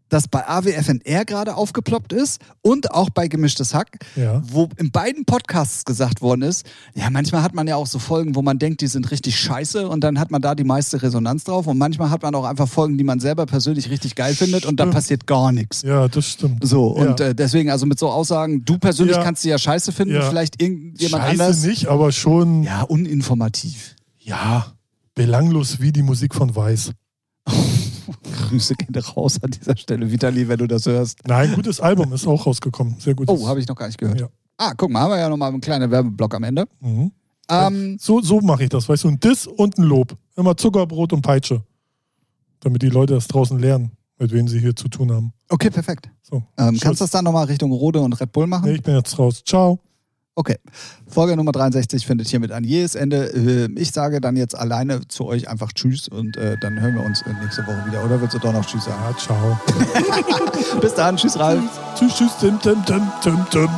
A: das bei AWFNR gerade aufgeploppt ist und auch bei Gemischtes Hack,
B: Ja.
A: wo in beiden Podcasts gesagt worden ist, ja, manchmal hat man ja auch so Folgen, wo man denkt, die sind richtig scheiße und dann hat man da die meiste Resonanz drauf und manchmal hat man auch einfach Folgen, die man selber persönlich richtig geil findet und da
B: Stimmt.
A: passiert gar nichts.
B: ja, das stimmt.
A: So, und
B: Ja.
A: äh, deswegen, also mit so Aussagen, du persönlich
B: Ja.
A: kannst sie ja scheiße finden,
B: Ja.
A: vielleicht irgendjemand
B: Scheiße
A: anders.
B: nicht, aber schon, ja.
A: Ja, uninformativ.
B: belanglos wie die Musik von Weiß.
A: Grüße gehen raus an dieser Stelle, Vitali, wenn du das hörst.
B: Nein, gutes Album ist auch rausgekommen. Sehr gut.
A: Oh, habe ich noch gar nicht gehört.
B: Ja.
A: Ah, guck mal, haben wir ja nochmal einen kleinen Werbeblock am Ende.
B: Mhm.
A: Ähm,
B: So, so mache ich das, weißt du? Ein Diss und ein Lob. Immer Zuckerbrot und Peitsche. Damit die Leute das draußen lernen, mit wem sie hier zu tun haben.
A: okay, perfekt.
B: So.
A: Ähm,
B: Schluss.
A: kannst du das dann nochmal Richtung Rode und Red Bull machen?
B: Nee, ich bin jetzt raus. Ciao.
A: Okay. Folge Nummer 63 findet hiermit ein jähes Ende. Äh, Ich sage dann jetzt alleine zu euch einfach Tschüss und äh, dann hören wir uns äh, nächste Woche wieder. Oder willst du doch noch Tschüss sagen?
B: Ja, ciao.
A: Bis dann, Tschüss Ralf.
B: tschüss, tschüss, tim, tim, tim, tim, tim.